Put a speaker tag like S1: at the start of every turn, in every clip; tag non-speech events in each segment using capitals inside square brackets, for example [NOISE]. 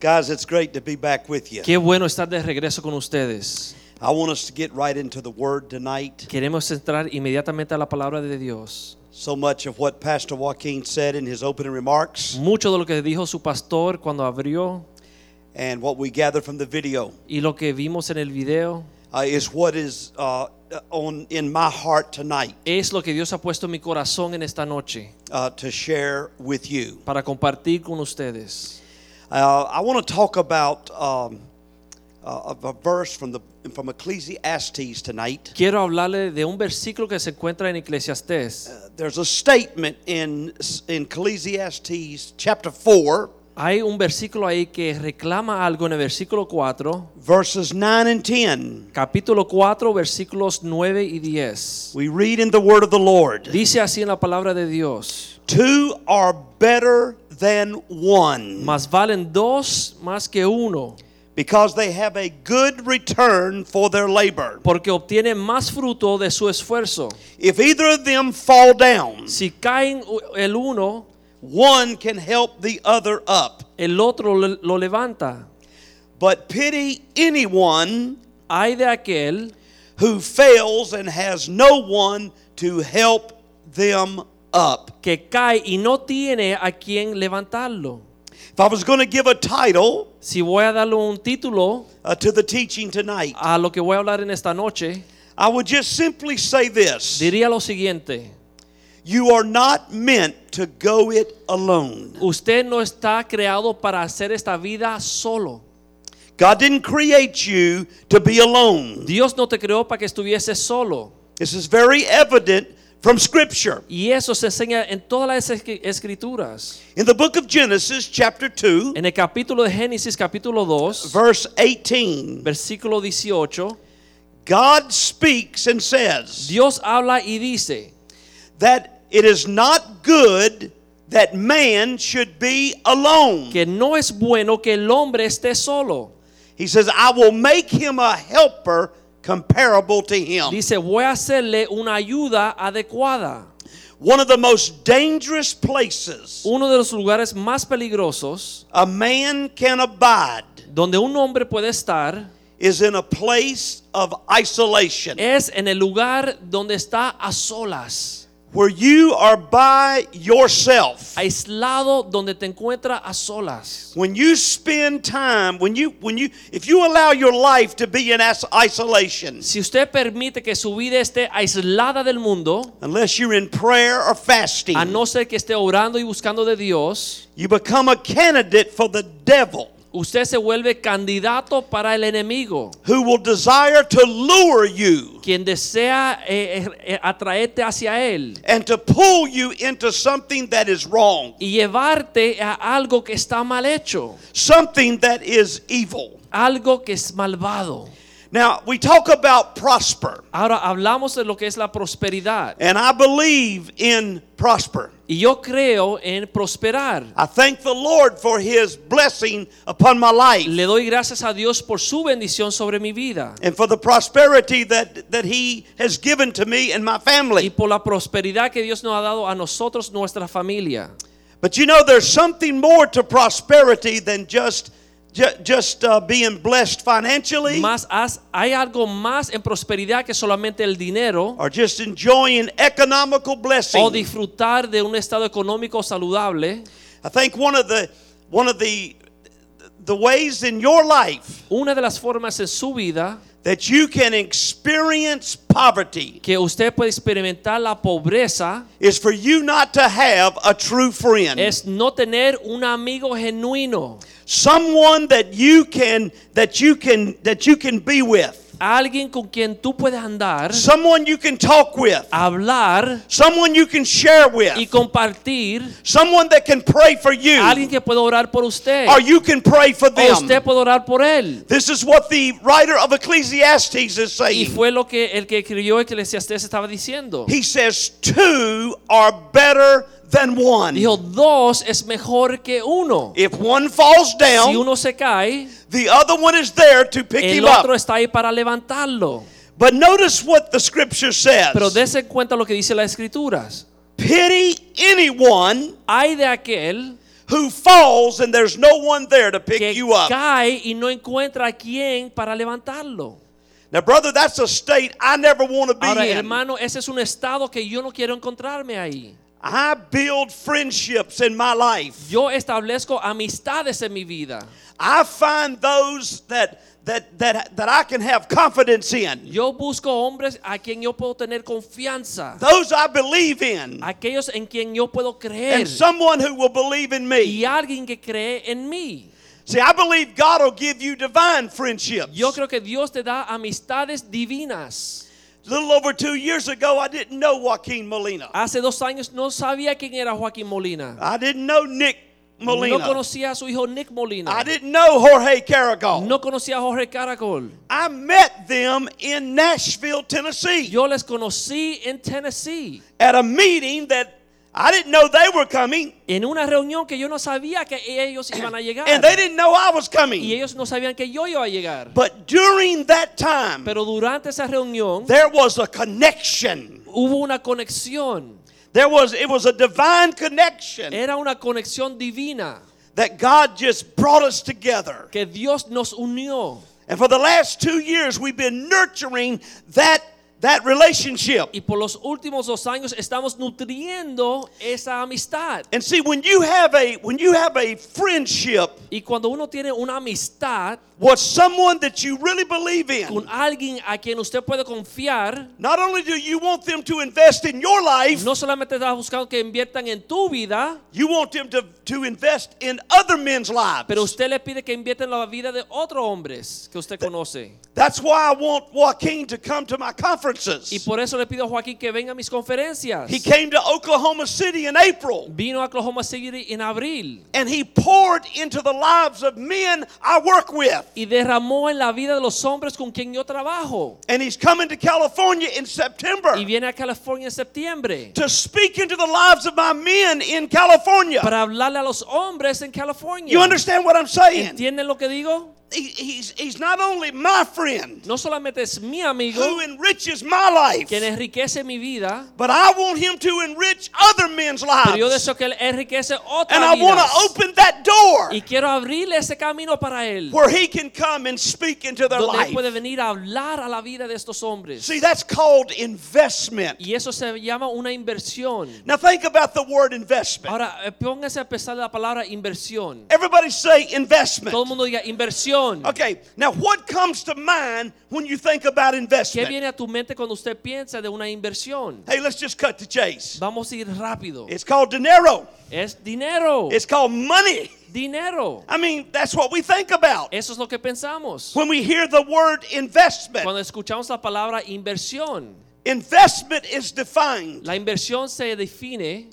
S1: Guys, it's great to be back with you.
S2: Qué bueno estar de regreso con ustedes.
S1: I want us to get right into the Word tonight.
S2: Queremos entrar inmediatamente a la palabra de Dios.
S1: So much of what Pastor Joaquin said in his opening remarks
S2: Mucho de lo que dijo su pastor cuando abrió
S1: and what we gather from the video
S2: y lo que vimos en el video
S1: uh, is what is uh, on in my heart tonight
S2: es lo que Dios ha puesto en mi corazón en esta noche
S1: uh, to share with you.
S2: para compartir con ustedes.
S1: Uh, I want to talk about um, uh, a a verse from the from Ecclesiastes tonight.
S2: Quiero hablarle de un versículo que se encuentra en Eclesiastés.
S1: There's a statement in in Ecclesiastes chapter four,
S2: Hay un versículo ahí que reclama algo en el versículo 4,
S1: verses nine and ten.
S2: capítulo 4, versículos 9 y 10.
S1: We read in the word of the Lord,
S2: Dice así en la palabra de Dios.
S1: two are better than one
S2: Más valen dos más que uno,
S1: because they have a good return for their labor.
S2: porque obtienen más fruto de su esfuerzo.
S1: If either of them fall down,
S2: Si caen u- el uno,
S1: one can help the other up.
S2: el otro lo, lo levanta.
S1: But pity anyone
S2: Hay de aquel
S1: who fails and has no one to help them up.
S2: que cae y no tiene a quien levantarlo.
S1: If I was going to give a title
S2: Si voy a darle un título
S1: uh, to the teaching tonight,
S2: a lo que voy a hablar en esta noche,
S1: I would just simply say this
S2: diría lo siguiente.
S1: You are not meant to go it alone.
S2: Usted no está creado para hacer esta vida solo.
S1: God didn't create you to be alone.
S2: Dios no te creó para que estuviese solo.
S1: This is very evident from Scripture.
S2: Y eso se enseña en todas las escri- escrituras.
S1: In the book of Genesis, chapter 2,
S2: En el capítulo de Génesis, capítulo 2,
S1: verse 18,
S2: versículo 18,
S1: God speaks and says
S2: Dios habla y dice,
S1: that it is not good that man should be alone.
S2: que no es bueno que el hombre esté solo.
S1: He says, I will make him a helper comparable to him.
S2: Dice, voy a hacerle una ayuda adecuada.
S1: One of the most dangerous places
S2: Uno de los lugares más peligrosos
S1: a man can abide
S2: donde un hombre puede estar
S1: is in a place of isolation.
S2: es en el lugar donde está a solas,
S1: where you are by yourself
S2: aislado donde te encuentra a solas.
S1: when you spend time when you when you if you allow your life to be in as- isolation
S2: Si usted permite que su vida esté aislada del mundo,
S1: unless you're in prayer or fasting
S2: a no ser que esté orando y buscando de Dios,
S1: you become a candidate for the devil
S2: usted se vuelve candidato para el enemigo,
S1: who will desire to lure you
S2: quien desea eh, eh, atraerte hacia él
S1: and to pull you into something that is wrong
S2: y llevarte a algo que está mal hecho,
S1: something that is evil
S2: algo que es malvado.
S1: now we talk about prosper
S2: Ahora hablamos de lo que es la prosperidad
S1: and i believe in prosper
S2: y yo creo en prosperar.
S1: i thank the lord for his blessing upon my life
S2: Le doy gracias a Dios por su bendición sobre mi vida
S1: and for the prosperity that, that he has given to me and my
S2: y
S1: family.
S2: por la prosperidad que Dios nos ha dado a nosotros, nuestra familia.
S1: But you know, there's something more to prosperity than just ju- just uh, being blessed financially
S2: Más has- hay algo más en prosperidad que solamente el dinero
S1: or just enjoying economical blessing.
S2: o disfrutar de un estado económico saludable.
S1: I think one of the one of the the ways in your life
S2: Una de las formas en su vida
S1: that you can experience poverty
S2: que usted puede experimentar la pobreza
S1: is for you not to have a true friend,
S2: es no tener un amigo genuino,
S1: someone that you can that you can that you can be with.
S2: alguien con quien tú puedes andar,
S1: someone you can talk with,
S2: hablar
S1: someone you can share
S2: y
S1: with,
S2: compartir,
S1: someone that can pray for you,
S2: alguien que pueda orar por usted,
S1: or you can pray for
S2: o usted
S1: them.
S2: puede orar por él.
S1: This is what the writer of Ecclesiastes is
S2: Y
S1: saying.
S2: fue lo que el que escribió Eclesiastés estaba diciendo.
S1: He says, Two are better than one.
S2: Dijo, dos es mejor que uno.
S1: If one falls
S2: Si
S1: down,
S2: uno se cae,
S1: the other one is there to pick
S2: el
S1: him
S2: otro
S1: up.
S2: está ahí para levantarlo.
S1: But notice what the scripture
S2: Pero
S1: says
S2: dése cuenta lo que dice las escrituras.
S1: pity anyone
S2: Hay de aquel
S1: who falls and there's no one there to
S2: que
S1: pick you up.
S2: cae y no encuentra a quién para levantarlo.
S1: Now, brother, that's a state I never want to
S2: Ahora,
S1: be in.
S2: hermano, ese es un estado que yo no quiero encontrarme ahí.
S1: I build friendships in my life.
S2: Yo establezco amistades en mi vida.
S1: I find those that that that that I can have confidence in.
S2: Yo busco hombres a quien yo puedo tener confianza,
S1: Those I believe in.
S2: aquellos en quien yo puedo creer
S1: And someone who will believe in me.
S2: y alguien que cree en mí.
S1: See, I believe God will give you divine friendships.
S2: Yo creo que Dios te da amistades divinas.
S1: A little over two years ago, I didn't know Joaquin Molina.
S2: Hace dos años no sabía quién era Joaquín Molina.
S1: I didn't know Nick Molina.
S2: No conocía a su hijo Nick Molina.
S1: I didn't know Jorge Carragol.
S2: No conocía a Jorge Caracol.
S1: I met them in Nashville, Tennessee,
S2: Yo les conocí en Tennessee,
S1: at a meeting that I didn't know they were coming,
S2: en una reunión que yo no sabía que ellos iban a llegar.
S1: and they didn't know I was
S2: Y
S1: coming.
S2: ellos no sabían que yo iba a llegar.
S1: But during that time,
S2: Pero durante esa reunión
S1: there was a connection.
S2: hubo una conexión.
S1: There was it was a divine connection
S2: Era una conexión divina
S1: that God just brought us together.
S2: que Dios nos unió.
S1: And for the last two years, we've been nurturing that that relationship.
S2: Y por los últimos dos años estamos nutriendo esa amistad.
S1: And see, when you have a when you have a friendship
S2: Y cuando uno tiene una amistad
S1: with someone that you really believe
S2: con
S1: in,
S2: alguien a quien usted puede confiar,
S1: not only do you want them to invest in your life,
S2: no solamente estás buscando que inviertan en tu vida,
S1: you want them to, to invest in other men's lives.
S2: pero usted le pide que inviertan en la vida de otros hombres que usted conoce.
S1: That's why I want Joaquin to come to my
S2: Y
S1: conferences.
S2: por eso le pido a Joaquín que venga a mis conferencias.
S1: He came to Oklahoma City in April
S2: Vino a Oklahoma City en abril
S1: and he poured into the lives of men I work with.
S2: y derramó en la vida de los hombres con quien yo trabajo.
S1: And he's coming to California in September
S2: Y viene a California en septiembre
S1: to speak into the lives of my men in California.
S2: para hablarle a los hombres en California.
S1: You understand what I'm saying?
S2: ¿Entienden lo que digo?
S1: He- he's, he's not only my friend
S2: No solamente es mi amigo
S1: who enriches my life,
S2: quien enriquece mi vida,
S1: but I want him to enrich other men's
S2: pero yo
S1: lives.
S2: deseo que él enriquece
S1: And
S2: otras
S1: I want
S2: vidas.
S1: to open that door
S2: Y quiero abrirle ese camino para él.
S1: where he can come and speak into their
S2: donde él puede
S1: life.
S2: venir a hablar a la vida de estos hombres.
S1: See, that's called investment.
S2: Y eso se llama una inversión.
S1: Now, think about the word investment.
S2: Ahora, eh, póngase a pesar de la palabra inversión.
S1: Everybody say
S2: Todo el
S1: investment.
S2: mundo diga inversión.
S1: Okay, now what comes to mind when you think about
S2: ¿Qué
S1: investment?
S2: viene a tu mente cuando usted piensa de una inversión?
S1: Hey, let's just cut to chase.
S2: Vamos a ir rápido.
S1: It's called dinero,
S2: Es dinero.
S1: it's called money.
S2: dinero.
S1: I mean, that's what we think about
S2: Eso es lo que pensamos.
S1: when we hear the word investment.
S2: Cuando escuchamos la palabra inversión,
S1: Investment is defined
S2: la inversión se define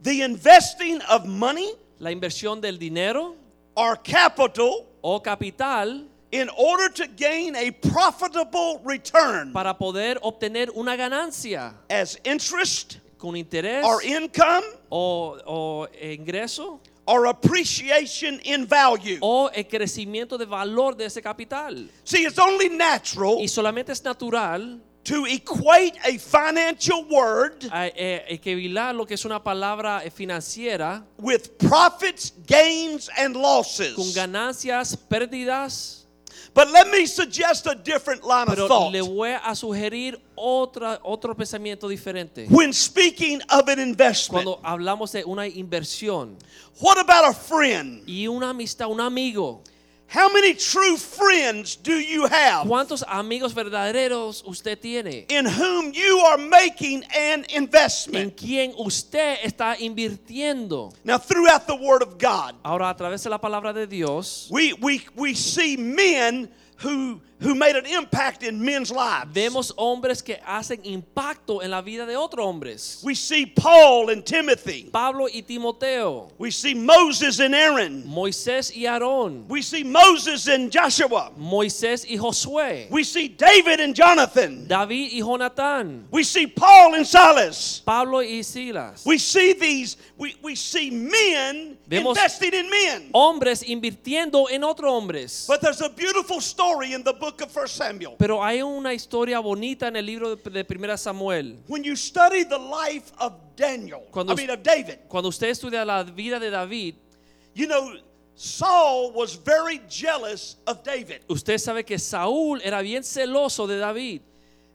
S1: the investing of money
S2: la inversión del dinero
S1: or capital
S2: o capital
S1: in order to gain a profitable return
S2: para poder obtener una ganancia
S1: as interest
S2: con interés
S1: or income
S2: o, o ingreso
S1: or appreciation in value.
S2: o el crecimiento de valor de ese capital.
S1: See, it's only natural
S2: Y solamente es natural
S1: to equate a financial word
S2: eh, eh, equivalar lo que es una palabra eh, financiera
S1: with profits, gains, and
S2: con
S1: losses.
S2: ganancias, pérdidas,
S1: But let me suggest a different line of
S2: pero
S1: thought
S2: le voy a sugerir otra, otro pensamiento diferente.
S1: when speaking of an investment.
S2: Cuando hablamos de una inversión
S1: What about a friend?
S2: y una amistad, un amigo,
S1: How many true friends do you have
S2: ¿cuántos amigos verdaderos usted tiene?
S1: in whom you are making an
S2: ¿En
S1: investment?
S2: quién usted está invirtiendo?
S1: Now, throughout the Word of God,
S2: Ahora, a través de la palabra de Dios,
S1: we, we, we see men who, who made an impact in men's lives.
S2: Vemos hombres que hacen impacto en la vida de otros hombres.
S1: We see Paul and Timothy.
S2: Pablo y Timoteo,
S1: We see Moses and Aaron.
S2: Moisés y Aarón,
S1: We see Moses and Joshua.
S2: Moisés y Josué,
S1: We see David and Jonathan.
S2: David y Jonatán,
S1: We see Paul and Silas.
S2: Pablo y Silas.
S1: We see these, we, we see men
S2: Vemos-
S1: investing in men.
S2: Hombres invirtiendo en otros hombres.
S1: But there's a beautiful story in the book of 1 Samuel.
S2: Pero hay una historia bonita en el libro de de Primera Samuel.
S1: When you study the life of Daniel,
S2: Cuando-
S1: I mean of David,
S2: Cuando usted estudia la vida de David,
S1: you know, Saul was very jealous of David.
S2: usted sabe que Saúl era bien celoso de David.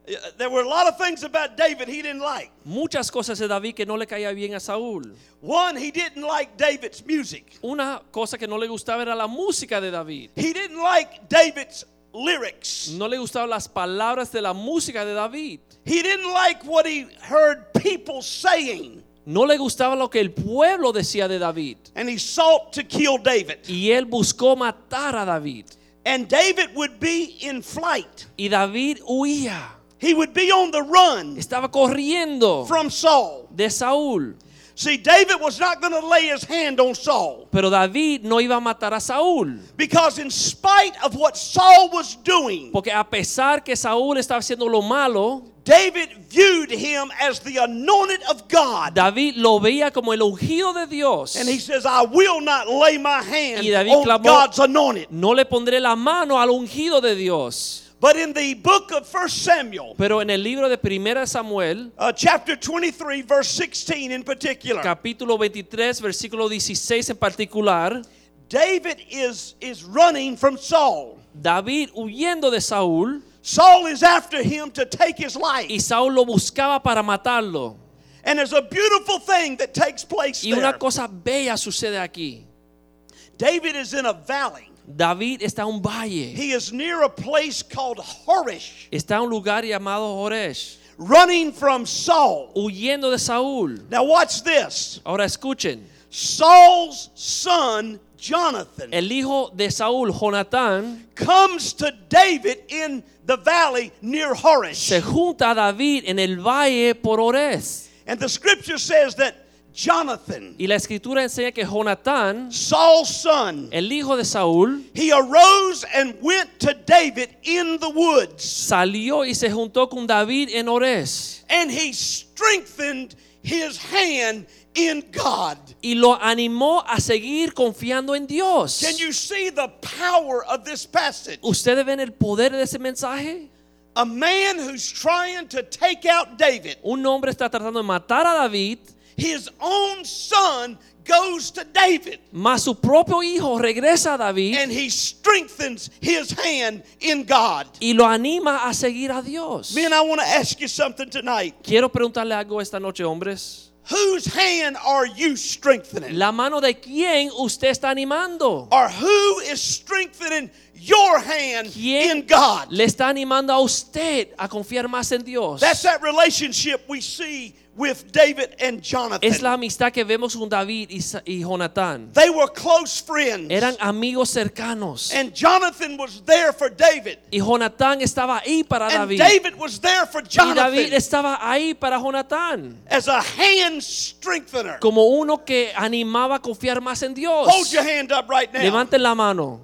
S1: Uh, There were a lot of things about David he didn't like.
S2: Muchas cosas de David que no le caía bien a Saúl.
S1: One, he didn't like David's music.
S2: Una cosa que no le gustaba era la música de David.
S1: He didn't like David's lyrics.
S2: No le gustaban las palabras de la música de David.
S1: He didn't like what he heard people saying.
S2: No le gustaba lo que el pueblo decía de David.
S1: And he sought to kill David.
S2: Y él buscó matar a David.
S1: And David would be in flight.
S2: Y David huía.
S1: He would be on the run
S2: Estaba corriendo
S1: from Saul.
S2: de Saúl.
S1: See, David was not going to lay his hand on Saul
S2: Pero David no iba a matar a Saúl.
S1: because, in spite of what Saul was doing,
S2: Porque a pesar que Saúl estaba haciendo lo malo,
S1: David viewed him as the anointed of God.
S2: David lo veía como el ungido de Dios.
S1: And he says, I will not lay my hand
S2: Y David
S1: on
S2: clamó-
S1: God's anointed.
S2: No le pondré la mano al ungido de Dios.
S1: But in the book of 1 Samuel,
S2: Pero en el libro de 1 Samuel,
S1: uh, chapter 23, verse 16 in particular,
S2: capítulo 23, versículo 16 en particular,
S1: David is, is running from Saul.
S2: David huyendo de Saúl
S1: Saul is after him to take his life.
S2: y Saúl lo buscaba para matarlo.
S1: And there's a beautiful thing that takes place
S2: Y una
S1: there.
S2: cosa bella sucede aquí.
S1: David is in a valley.
S2: David está en un valle.
S1: He is near a place called Horish,
S2: Está en un lugar llamado Horesh,
S1: running from Saul.
S2: huyendo de Saúl.
S1: Now watch this.
S2: Ahora escuchen.
S1: Saul's son Jonathan
S2: El hijo de Saúl, Jonatán,
S1: comes to David in the valley near Horish.
S2: se junta a David en el valle por Orez.
S1: And the scripture says that Jonathan,
S2: Y la escritura enseña que Jonatán,
S1: Saul's son,
S2: el hijo de Saúl,
S1: he arose and went to David in the woods,
S2: salió y se juntó con David en Orez.
S1: and he strengthened his hand in God.
S2: Y lo animó a seguir confiando en Dios.
S1: Can you see the power of this passage?
S2: ¿Ustedes ven el poder de ese mensaje?
S1: A man who's trying to take out David,
S2: Un hombre está tratando de matar a David,
S1: his own son goes to David
S2: mas su propio hijo regresa a David
S1: and he strengthens his hand in God.
S2: y lo anima a seguir a Dios.
S1: Men, I want to ask you something tonight.
S2: Quiero preguntarle algo esta noche, hombres.
S1: Whose hand are you strengthening?
S2: ¿La mano de quién usted está animando?
S1: Or who is strengthening your hand
S2: ¿Quién
S1: in God?
S2: le está animando a usted a confiar más en Dios?
S1: That's that relationship we see with David and Jonathan.
S2: es la amistad que vemos con David y, Sa- y Jonatán.
S1: They were close friends.
S2: Eran amigos cercanos.
S1: And Jonathan was there for David.
S2: y Jonatán estaba ahí para
S1: And
S2: David.
S1: David was there for
S2: Y
S1: Jonathan
S2: David estaba ahí para Jonatán.
S1: as a hand strengthener.
S2: Como uno que animaba a confiar más en Dios.
S1: Hold your hand up right now.
S2: Levanten la mano.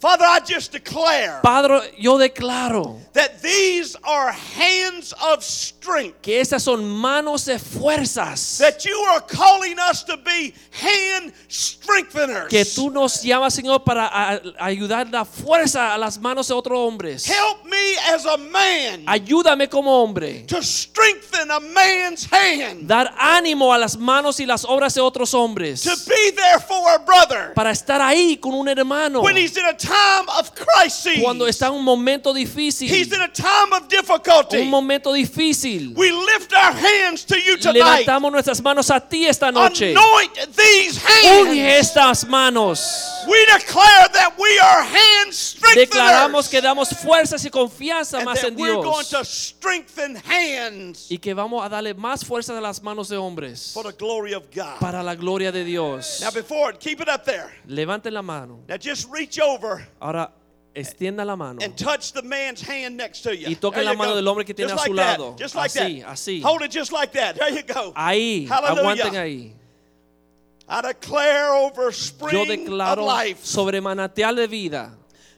S1: Father, I just declare
S2: Padre, yo declaro
S1: that these are hands of strength.
S2: que esas son manos de fuerzas.
S1: that you are calling us to be hand strengtheners.
S2: que tú nos llamas, Señor, para a- a ayudar la fuerza a las manos de otros hombres.
S1: Help me as a man
S2: Ayúdame como hombre.
S1: to strengthen a man's hand,
S2: Dar ánimo a las manos y las obras de otros
S1: to
S2: hombres.
S1: be there for a brother
S2: Para estar ahí con un hermano.
S1: when he's in a time of crisis,
S2: Cuando está en un momento difícil.
S1: he's in a time of difficulty.
S2: Un momento difícil.
S1: We lift our hands to you tonight.
S2: Levantamos nuestras manos a ti esta noche.
S1: Anoint these
S2: Unge
S1: hands.
S2: estas manos.
S1: We declare that we are hand strengtheners.
S2: Declaramos que damos fuerzas y confianza
S1: and
S2: más
S1: that
S2: en
S1: we're going
S2: Dios.
S1: to strengthen hands
S2: Y que vamos a darle más fuerzas a las manos de hombres.
S1: for the glory of God.
S2: Para la gloria de Dios.
S1: Now, before it, keep it up there.
S2: Levanten la mano.
S1: Now, just reach over
S2: Ahora Extienda la mano.
S1: and touch the man's hand next to you.
S2: Y toque
S1: There
S2: la
S1: you
S2: mano
S1: go.
S2: del hombre que tiene
S1: just
S2: a su
S1: like that.
S2: lado.
S1: Just like
S2: Así,
S1: that.
S2: así. Ah.
S1: Hold it just like that. There you go.
S2: Ahí,
S1: Hallelujah.
S2: aguanten ahí.
S1: I declare over
S2: Yo
S1: spring of
S2: declaro
S1: life
S2: sobre manantial de vida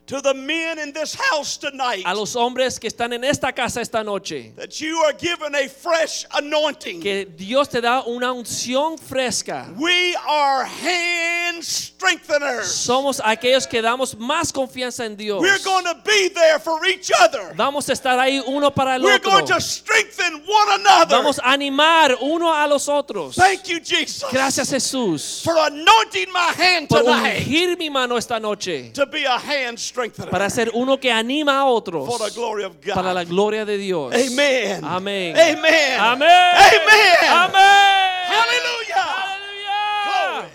S1: to the men in this house tonight
S2: a los hombres que están en esta casa esta noche
S1: that you are given a fresh anointing.
S2: que Dios te da una unción fresca.
S1: We are hand strengtheners.
S2: Somos aquellos que damos más confianza en Dios.
S1: We're going to be there for each other.
S2: Vamos a estar ahí uno para el
S1: We're going
S2: otro.
S1: to strengthen one another.
S2: Vamos a animar uno a los otros.
S1: Thank you, Jesus,
S2: Gracias Jesús
S1: for anointing my hand
S2: por
S1: tonight
S2: ungir mi mano esta noche
S1: to be a hand strengthener
S2: para ser uno que anima a otros
S1: for the glory of God.
S2: para la gloria de Dios.
S1: Amen.
S2: Amén.
S1: Amen.
S2: Amén.
S1: Amen.
S2: Amén.
S1: Hallelujah.
S2: Aleluya.
S1: Glory.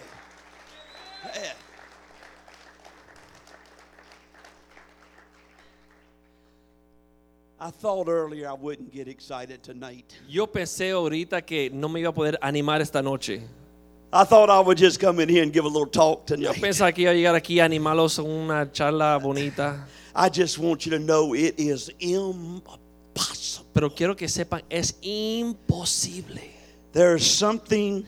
S1: Yeah. I thought earlier I wouldn't get excited tonight.
S2: Yo pensé ahorita que no me iba a poder animar esta noche.
S1: I thought I would just come in here and give a little talk
S2: Yo
S1: tonight.
S2: pensaba que iba a llegar aquí a animarlos a una charla bonita.
S1: I just want you to know it is impossible.
S2: Pero quiero que sepan, es imposible.
S1: There's something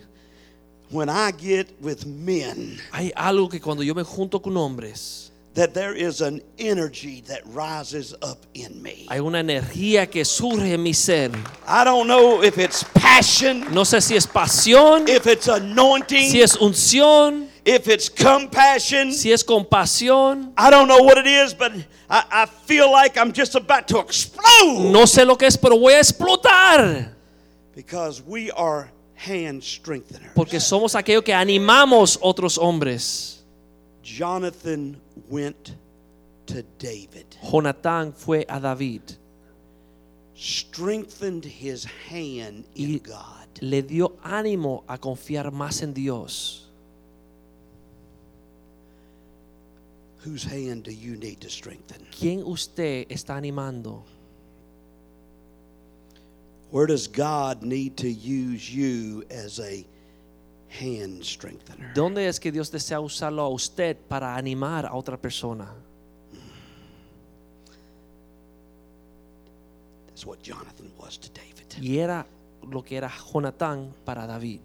S1: when I get with men
S2: Hay algo que cuando yo me junto con hombres,
S1: that there is an energy that rises up in me.
S2: hay una energía que surge en mi ser.
S1: I don't know if it's passion,
S2: No sé si es pasión,
S1: if it's anointing,
S2: si es unción,
S1: if it's compassion.
S2: si es compasión.
S1: I don't know what it is, but I, I feel like I'm just about to explode
S2: No sé lo que es, pero voy a explotar.
S1: because we are hand strengtheners.
S2: Porque somos aquellos que animamos otros hombres.
S1: Jonathan went to David,
S2: Jonatán fue a David.
S1: strengthened his hand in
S2: Y
S1: God.
S2: le dio ánimo a confiar más en Dios.
S1: Whose hand do you need to strengthen?
S2: ¿Quién usted está animando?
S1: Where does God need to use you as a hand strengthener?
S2: ¿Dónde es que Dios desea usarlo a usted para animar a otra persona?
S1: That's what Jonathan was to David.
S2: Y era lo que era Jonatán para David.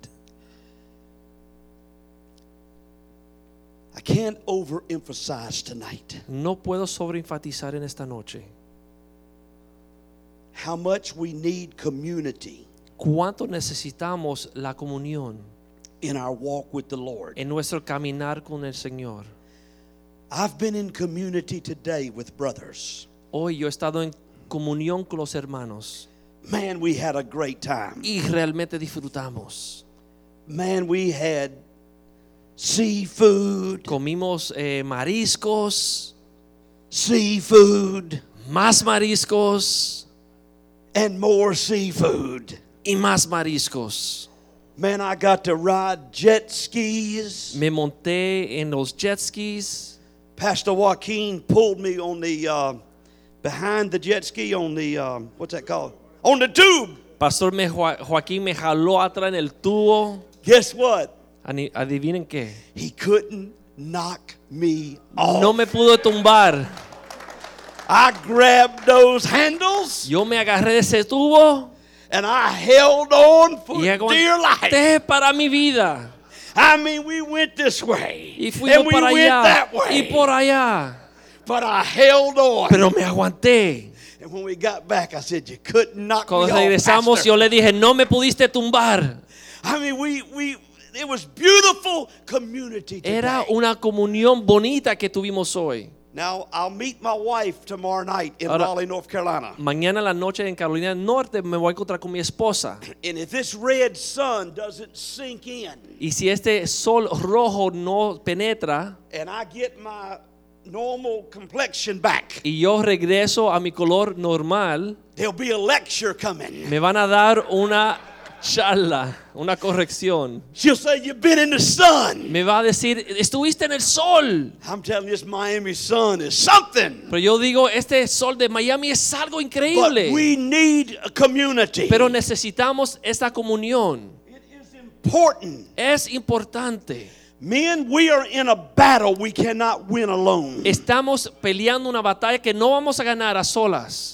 S1: I can't overemphasize tonight
S2: No puedo sobreenfatizar en esta noche
S1: how much we need community
S2: cuánto necesitamos la comunión
S1: in our walk with the Lord.
S2: en nuestro caminar con el Señor.
S1: I've been in community today with brothers.
S2: Hoy yo he estado en comunión con los hermanos
S1: Man, we had a great time.
S2: y realmente disfrutamos.
S1: Man, we had seafood,
S2: Comimos eh, mariscos,
S1: seafood,
S2: más mariscos
S1: and more seafood.
S2: y más mariscos.
S1: Man, I got to ride jet skis.
S2: Me monté en los jet skis.
S1: Pastor Joaquin pulled me on the uh, behind the jet ski on the um, what's that called? On the tube.
S2: Pastor me- Joa- Joaquín me jaló atrás en el tubo.
S1: Guess what?
S2: Ani- Adivinen qué.
S1: He couldn't knock me off.
S2: No me pudo tumbar.
S1: I grabbed those handles
S2: Yo me agarré de ese tubo
S1: and I held on for
S2: y
S1: dear life.
S2: aguanté para mi vida.
S1: I mean, we went this way
S2: Y fuimos
S1: and we
S2: para
S1: went
S2: allá
S1: that
S2: y
S1: way,
S2: por allá.
S1: but I held on.
S2: Pero me aguanté.
S1: and when we got back, I said, "You couldn't knock me
S2: Cuando
S1: off."
S2: regresamos,
S1: Pastor."
S2: yo le dije, no me pudiste tumbar.
S1: I mean, we we it was beautiful community today.
S2: Era una comunión bonita que tuvimos hoy.
S1: Now I'll meet my wife tomorrow night in
S2: Ahora-
S1: Raleigh, North Carolina.
S2: Mañana en la noche en Carolina del Norte me voy a encontrar con mi esposa.
S1: And if this red sun doesn't sink in,
S2: Y si este sol rojo no penetra
S1: and I get my normal complexion back,
S2: y yo regreso a mi color normal,
S1: there'll be a lecture coming.
S2: me van a dar una charla, una corrección.
S1: She'll say you've been in the sun.
S2: Me va a decir, estuviste en el sol.
S1: I'm telling you, this Miami sun is something.
S2: Pero yo digo, este sol de Miami es algo
S1: But
S2: increíble.
S1: we need a community.
S2: Pero necesitamos esta comunión.
S1: it is important
S2: Es importante
S1: Men, we are in a battle we cannot win alone.
S2: Estamos peleando una batalla que no vamos a ganar a solas.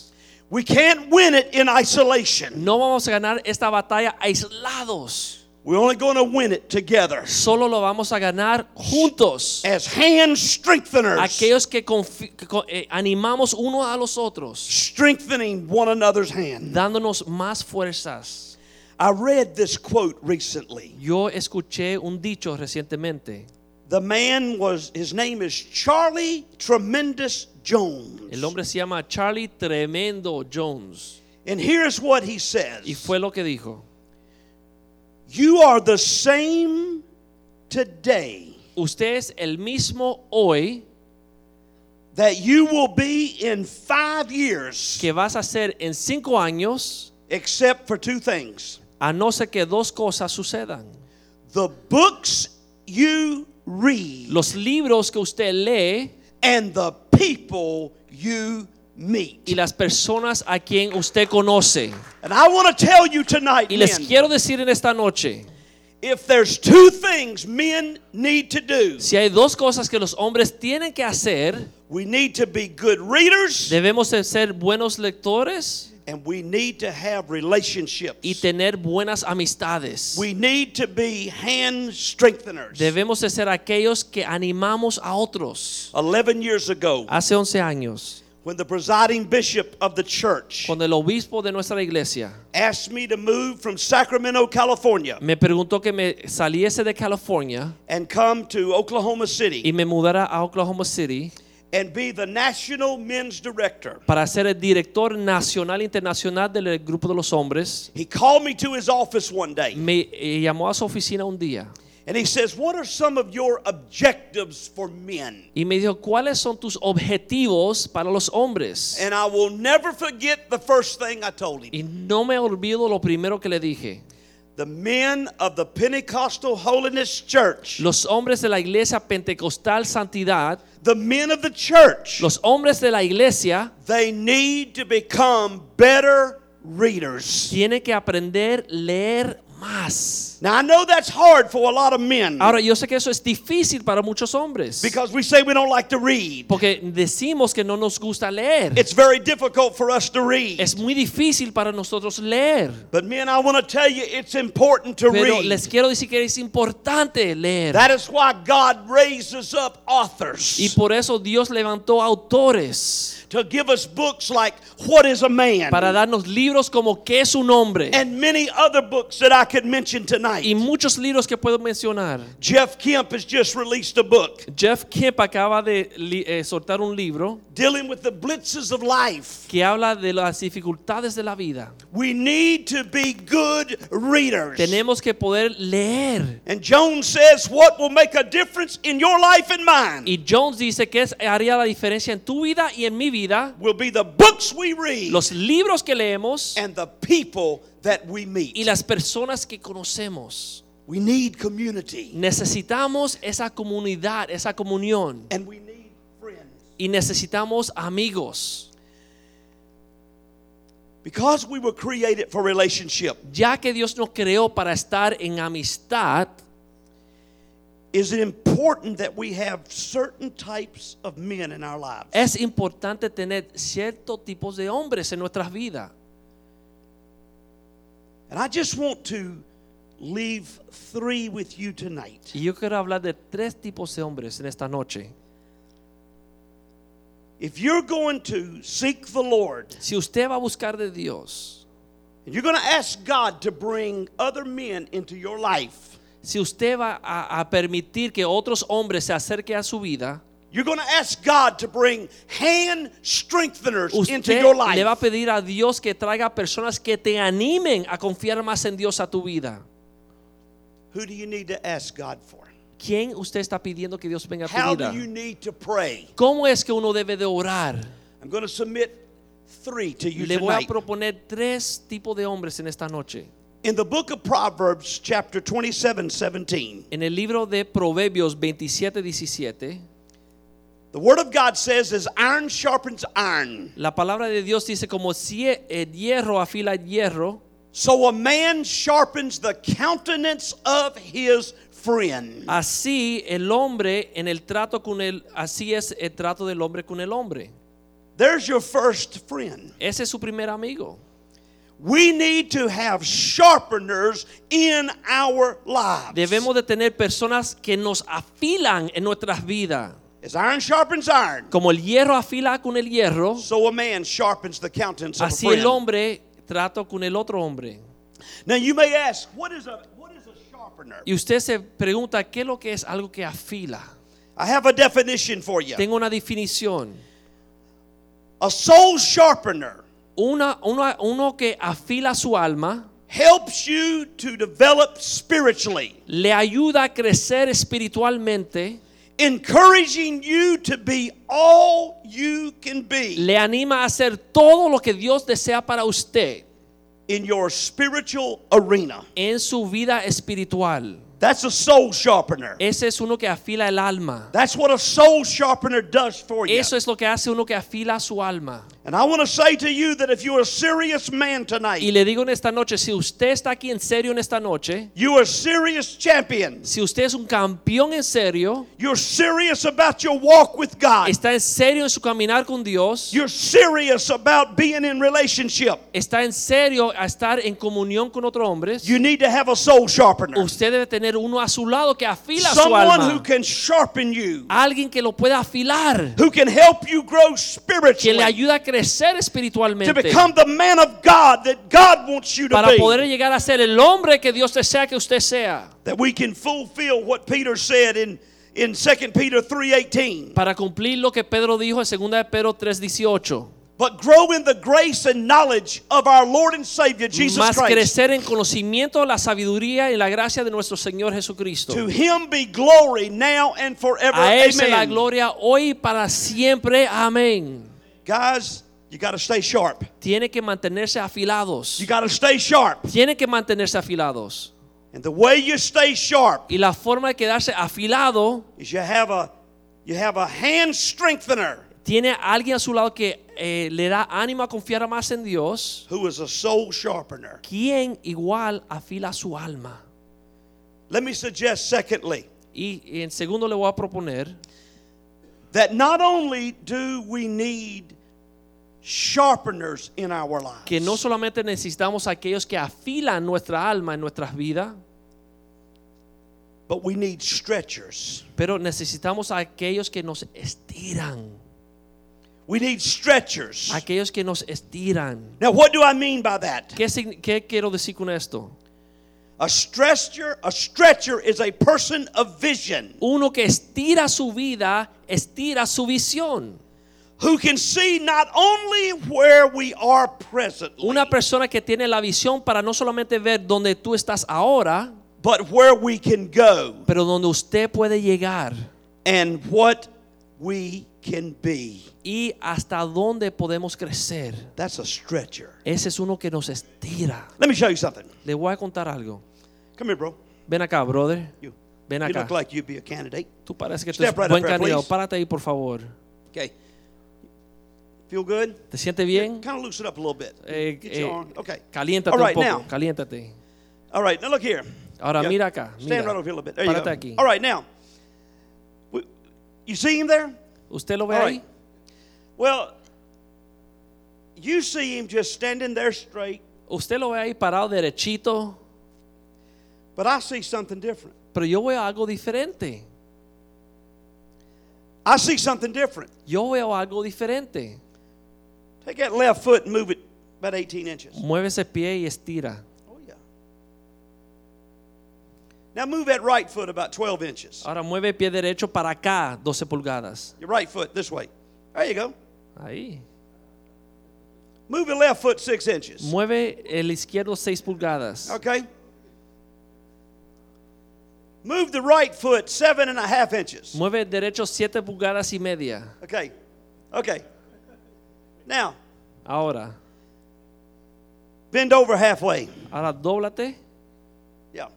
S1: We can't win it in isolation.
S2: No vamos a ganar esta batalla aislados.
S1: We're only going to win it together.
S2: Solo lo vamos a ganar juntos.
S1: As hand strengtheners,
S2: Aquellos que, confi- que co- eh, animamos uno a los otros,
S1: strengthening one another's hand.
S2: dándonos más fuerzas.
S1: I read this quote recently.
S2: Yo escuché un dicho recientemente.
S1: The man was, his name is Charlie Tremendous
S2: El
S1: Jones.
S2: hombre se llama Charlie Tremendo Jones.
S1: And here's what he
S2: Y
S1: says
S2: fue lo que dijo.
S1: You are the same today
S2: Usted es el mismo hoy
S1: that you will be in five years,
S2: que vas a ser en cinco años,
S1: except for two things
S2: a no ser que dos cosas sucedan.
S1: the books you read
S2: Los libros que usted lee
S1: and the people you
S2: y
S1: meet.
S2: las personas a quien usted conoce.
S1: And I want to tell you tonight,
S2: Y les
S1: men,
S2: quiero decir en esta noche,
S1: if there's two things men need to do,
S2: si hay dos cosas que los hombres tienen que hacer,
S1: we need to be good readers
S2: debemos de ser buenos lectores
S1: and we need to have
S2: y
S1: relationships.
S2: tener buenas amistades.
S1: We need to be hand strengtheners.
S2: Debemos de ser aquellos que animamos a otros.
S1: 11 years ago,
S2: Hace 11 años,
S1: when the presiding bishop of the church
S2: cuando el obispo de nuestra iglesia
S1: asked me to move from Sacramento, California,
S2: me preguntó que me saliese de California
S1: and come to Oklahoma
S2: y
S1: City
S2: me mudara a Oklahoma City
S1: and be the national men's director,
S2: para ser el director nacional e internacional del grupo de los hombres,
S1: he called me to his office one day
S2: me eh, llamó a su oficina un día
S1: and he says, What are some of your objectives for men?
S2: y me dijo, ¿cuáles son tus objetivos para los hombres?
S1: And I will never forget the first thing I told him.
S2: Y no me olvido lo primero que le dije.
S1: The men of the Pentecostal Holiness Church,
S2: Los hombres de la iglesia pentecostal santidad,
S1: the men of the church,
S2: los hombres de la iglesia
S1: they need to become better readers.
S2: tienen que aprender a leer más.
S1: Now, I know that's hard for a lot of men
S2: Ahora, yo sé que eso es difícil para muchos hombres.
S1: because we say we don't like to read.
S2: Porque decimos que no nos gusta leer.
S1: It's very difficult for us to read.
S2: es muy difícil para nosotros leer.
S1: But men, I want to tell you, it's important to
S2: Pero
S1: read.
S2: les quiero decir que es importante leer.
S1: That is why God raises up
S2: y
S1: authors
S2: por eso Dios levantó autores
S1: to give us books like What is a Man
S2: para darnos libros como ¿Qué es un hombre?
S1: and many other books that I could mention
S2: y
S1: tonight.
S2: muchos libros que puedo mencionar.
S1: Jeff Kemp has just released a book
S2: Jeff Kemp acaba de li- eh, soltar un libro
S1: dealing with the blitzes of life.
S2: que habla de las dificultades de la vida.
S1: We need to be good readers.
S2: Tenemos que poder leer.
S1: And Jones says, What will make a difference in your life and mine
S2: Y Jones dice que es- haría la diferencia en tu vida y en mi vida
S1: will be the books we read
S2: los libros que leemos
S1: and the people that we
S2: y
S1: meet.
S2: las personas que conocemos.
S1: We need community
S2: Necesitamos esa comunidad, esa comunión
S1: and we need friends.
S2: y necesitamos amigos.
S1: Because we were created for relationship,
S2: Ya que Dios nos creó para estar en amistad,
S1: is it important that we have certain types of men in our lives?
S2: es importante tener ciertos tipos de hombres en nuestras vidas.
S1: And I just want to leave three with you tonight.
S2: Y yo quiero hablar de tres tipos de hombres en esta noche.
S1: If you're going to seek the Lord,
S2: Si usted va a buscar de Dios,
S1: and you're going to ask God to bring other men into your life,
S2: si usted va a, a permitir que otros hombres se acerquen a su vida,
S1: you're going to ask God to bring hand strengtheners into
S2: Usted
S1: your
S2: le va a
S1: life.
S2: pedir a Dios que traiga personas que te animen a confiar más en Dios a tu vida.
S1: Who do you need to ask God for?
S2: ¿Quién usted está pidiendo que Dios venga a tu
S1: How do
S2: vida?
S1: you need to pray?
S2: ¿Cómo es que uno debe de orar?
S1: I'm going to submit three to you
S2: Le voy a
S1: tonight.
S2: proponer tres tipos de hombres en esta noche.
S1: In the book of Proverbs, chapter 27, 17,
S2: En el libro de Proverbios 27, 17,
S1: the word of God says, As iron sharpens iron,
S2: la palabra de Dios dice como si el hierro afila el hierro,
S1: so a man sharpens the countenance of his friend.
S2: Así el hombre en el trato con el así es el trato del hombre con el hombre.
S1: There's your first friend.
S2: Ese es su primer amigo.
S1: We need to have sharpeners in our lives.
S2: Debemos de tener personas que nos afilan en nuestras vidas.
S1: As iron sharpens iron,
S2: Como el hierro afila con el hierro,
S1: so a man sharpens the countenance of
S2: así
S1: a friend.
S2: el hombre trata con el otro hombre.
S1: Now you may ask, what is a what is a sharpener?
S2: Y usted se pregunta qué es lo que es algo que afila.
S1: I have a definition for you.
S2: Tengo una definición.
S1: A soul sharpener
S2: Una, una- uno que afila su alma
S1: helps you to develop spiritually,
S2: le ayuda a crecer espiritualmente,
S1: encouraging you to be all you can be
S2: le anima a hacer todo lo que Dios desea para usted
S1: in your spiritual arena.
S2: en su vida espiritual.
S1: That's a soul sharpener.
S2: Ese es uno que afila el alma.
S1: That's what a soul sharpener does for you.
S2: Eso es lo que hace uno que afila su alma.
S1: And I want to say to you that if you're a serious man
S2: Y
S1: tonight,
S2: le digo en esta noche, si usted está aquí en serio en esta noche,
S1: you are serious champions.
S2: si usted es un campeón en serio,
S1: You're serious about your walk with God.
S2: está en serio en su caminar con Dios,
S1: You're serious about being in relationship.
S2: está en serio a estar en comunión con otros hombres,
S1: You need to have a soul sharpener.
S2: usted debe tener uno a su lado que afila su
S1: Someone who
S2: alma.
S1: can sharpen you,
S2: Alguien que lo pueda afilar,
S1: who can help you grow
S2: que le
S1: spiritually
S2: ayude a crecer
S1: to
S2: espiritualmente
S1: become the man of God that God wants you to
S2: para poder
S1: be.
S2: llegar a ser el hombre que Dios desea que usted sea.
S1: That we can fulfill what Peter said in, in 2 Peter 3.18.
S2: Para cumplir lo que Pedro dijo en 2 de Pedro 3:18.
S1: But grow in the grace and knowledge of our Lord and Savior Jesus
S2: más
S1: Christ.
S2: crecer en conocimiento, la sabiduría y la gracia de nuestro Señor Jesucristo.
S1: To him be glory now and forever.
S2: A Él sea la
S1: Amen.
S2: gloria hoy y para siempre. Amén.
S1: Guys, you got to stay sharp.
S2: Tiene que mantenerse afilados.
S1: You got to stay sharp.
S2: Tiene que mantenerse afilados.
S1: And the way you stay sharp
S2: Y la forma de quedarse afilado
S1: is you have a you have a hand strengthener
S2: tiene a alguien a su lado que eh, le da ánimo a confiar más en Dios,
S1: who is a soul sharpener.
S2: quien igual afila su alma.
S1: Let me suggest secondly
S2: Y, y en segundo le voy a proponer
S1: that not only do we need sharpeners in our lives,
S2: que no solamente necesitamos aquellos que afilan nuestra alma en nuestras vidas,
S1: but we need stretchers.
S2: Pero necesitamos a aquellos que nos estiran.
S1: We need stretchers.
S2: Aquellos que nos estiran.
S1: Now what do I mean by that?
S2: ¿Qué, sign- qué quiero decir con esto?
S1: A stretcher, a stretcher is a person of vision
S2: Uno que estira su vida, estira su visión.
S1: who can see not only where we are presently,
S2: Una persona que tiene la visión para no solamente ver donde tú estás ahora,
S1: but where we can go
S2: pero donde usted puede llegar
S1: and what we can be.
S2: y hasta dónde podemos crecer.
S1: That's a stretcher.
S2: Ese es uno que nos estira.
S1: Let me show you something.
S2: Le voy a contar algo.
S1: Come here, bro.
S2: Ven acá, brother.
S1: You,
S2: Ven
S1: you
S2: acá.
S1: look like you'd be a candidate.
S2: Tú pareces que tú
S1: Step
S2: eres
S1: right up
S2: buen
S1: there,
S2: candidato.
S1: please.
S2: Párate ahí, por favor.
S1: Okay. Feel good?
S2: ¿Te sientes bien?
S1: Kind of loosen up a little bit.
S2: Eh,
S1: Get your
S2: eh,
S1: arm. Okay.
S2: Caliéntate
S1: All right,
S2: un poco,
S1: now.
S2: caliéntate.
S1: All right. Now look here.
S2: Ahora
S1: Yeah.
S2: mira acá,
S1: Stand
S2: mira.
S1: right over here a little bit. There you
S2: Párate
S1: go.
S2: aquí.
S1: All right. Now, we- you see him there?
S2: ¿Usted lo ve
S1: All
S2: ahí?
S1: right. Well, you see him just standing there straight,
S2: Usted lo ve ahí parado derechito,
S1: but I see something different.
S2: pero yo veo algo diferente.
S1: I see something different.
S2: Yo veo algo diferente.
S1: Take that left foot and move it about 18 inches.
S2: Mueve ese pie y estira.
S1: Oh, yeah. Now move that right foot about 12 inches.
S2: Ahora mueve el pie derecho para acá, 12 pulgadas.
S1: Your right foot this way. There you go.
S2: Ahí.
S1: Move your left foot 6 inches.
S2: Mueve el izquierdo 6 pulgadas.
S1: Okay. Move the right foot seven and a half inches.
S2: Mueve el derecho 7 pulgadas y media.
S1: Okay. Okay. Now,
S2: Ahora,
S1: bend over halfway.
S2: ahora dóblate,
S1: Yeah.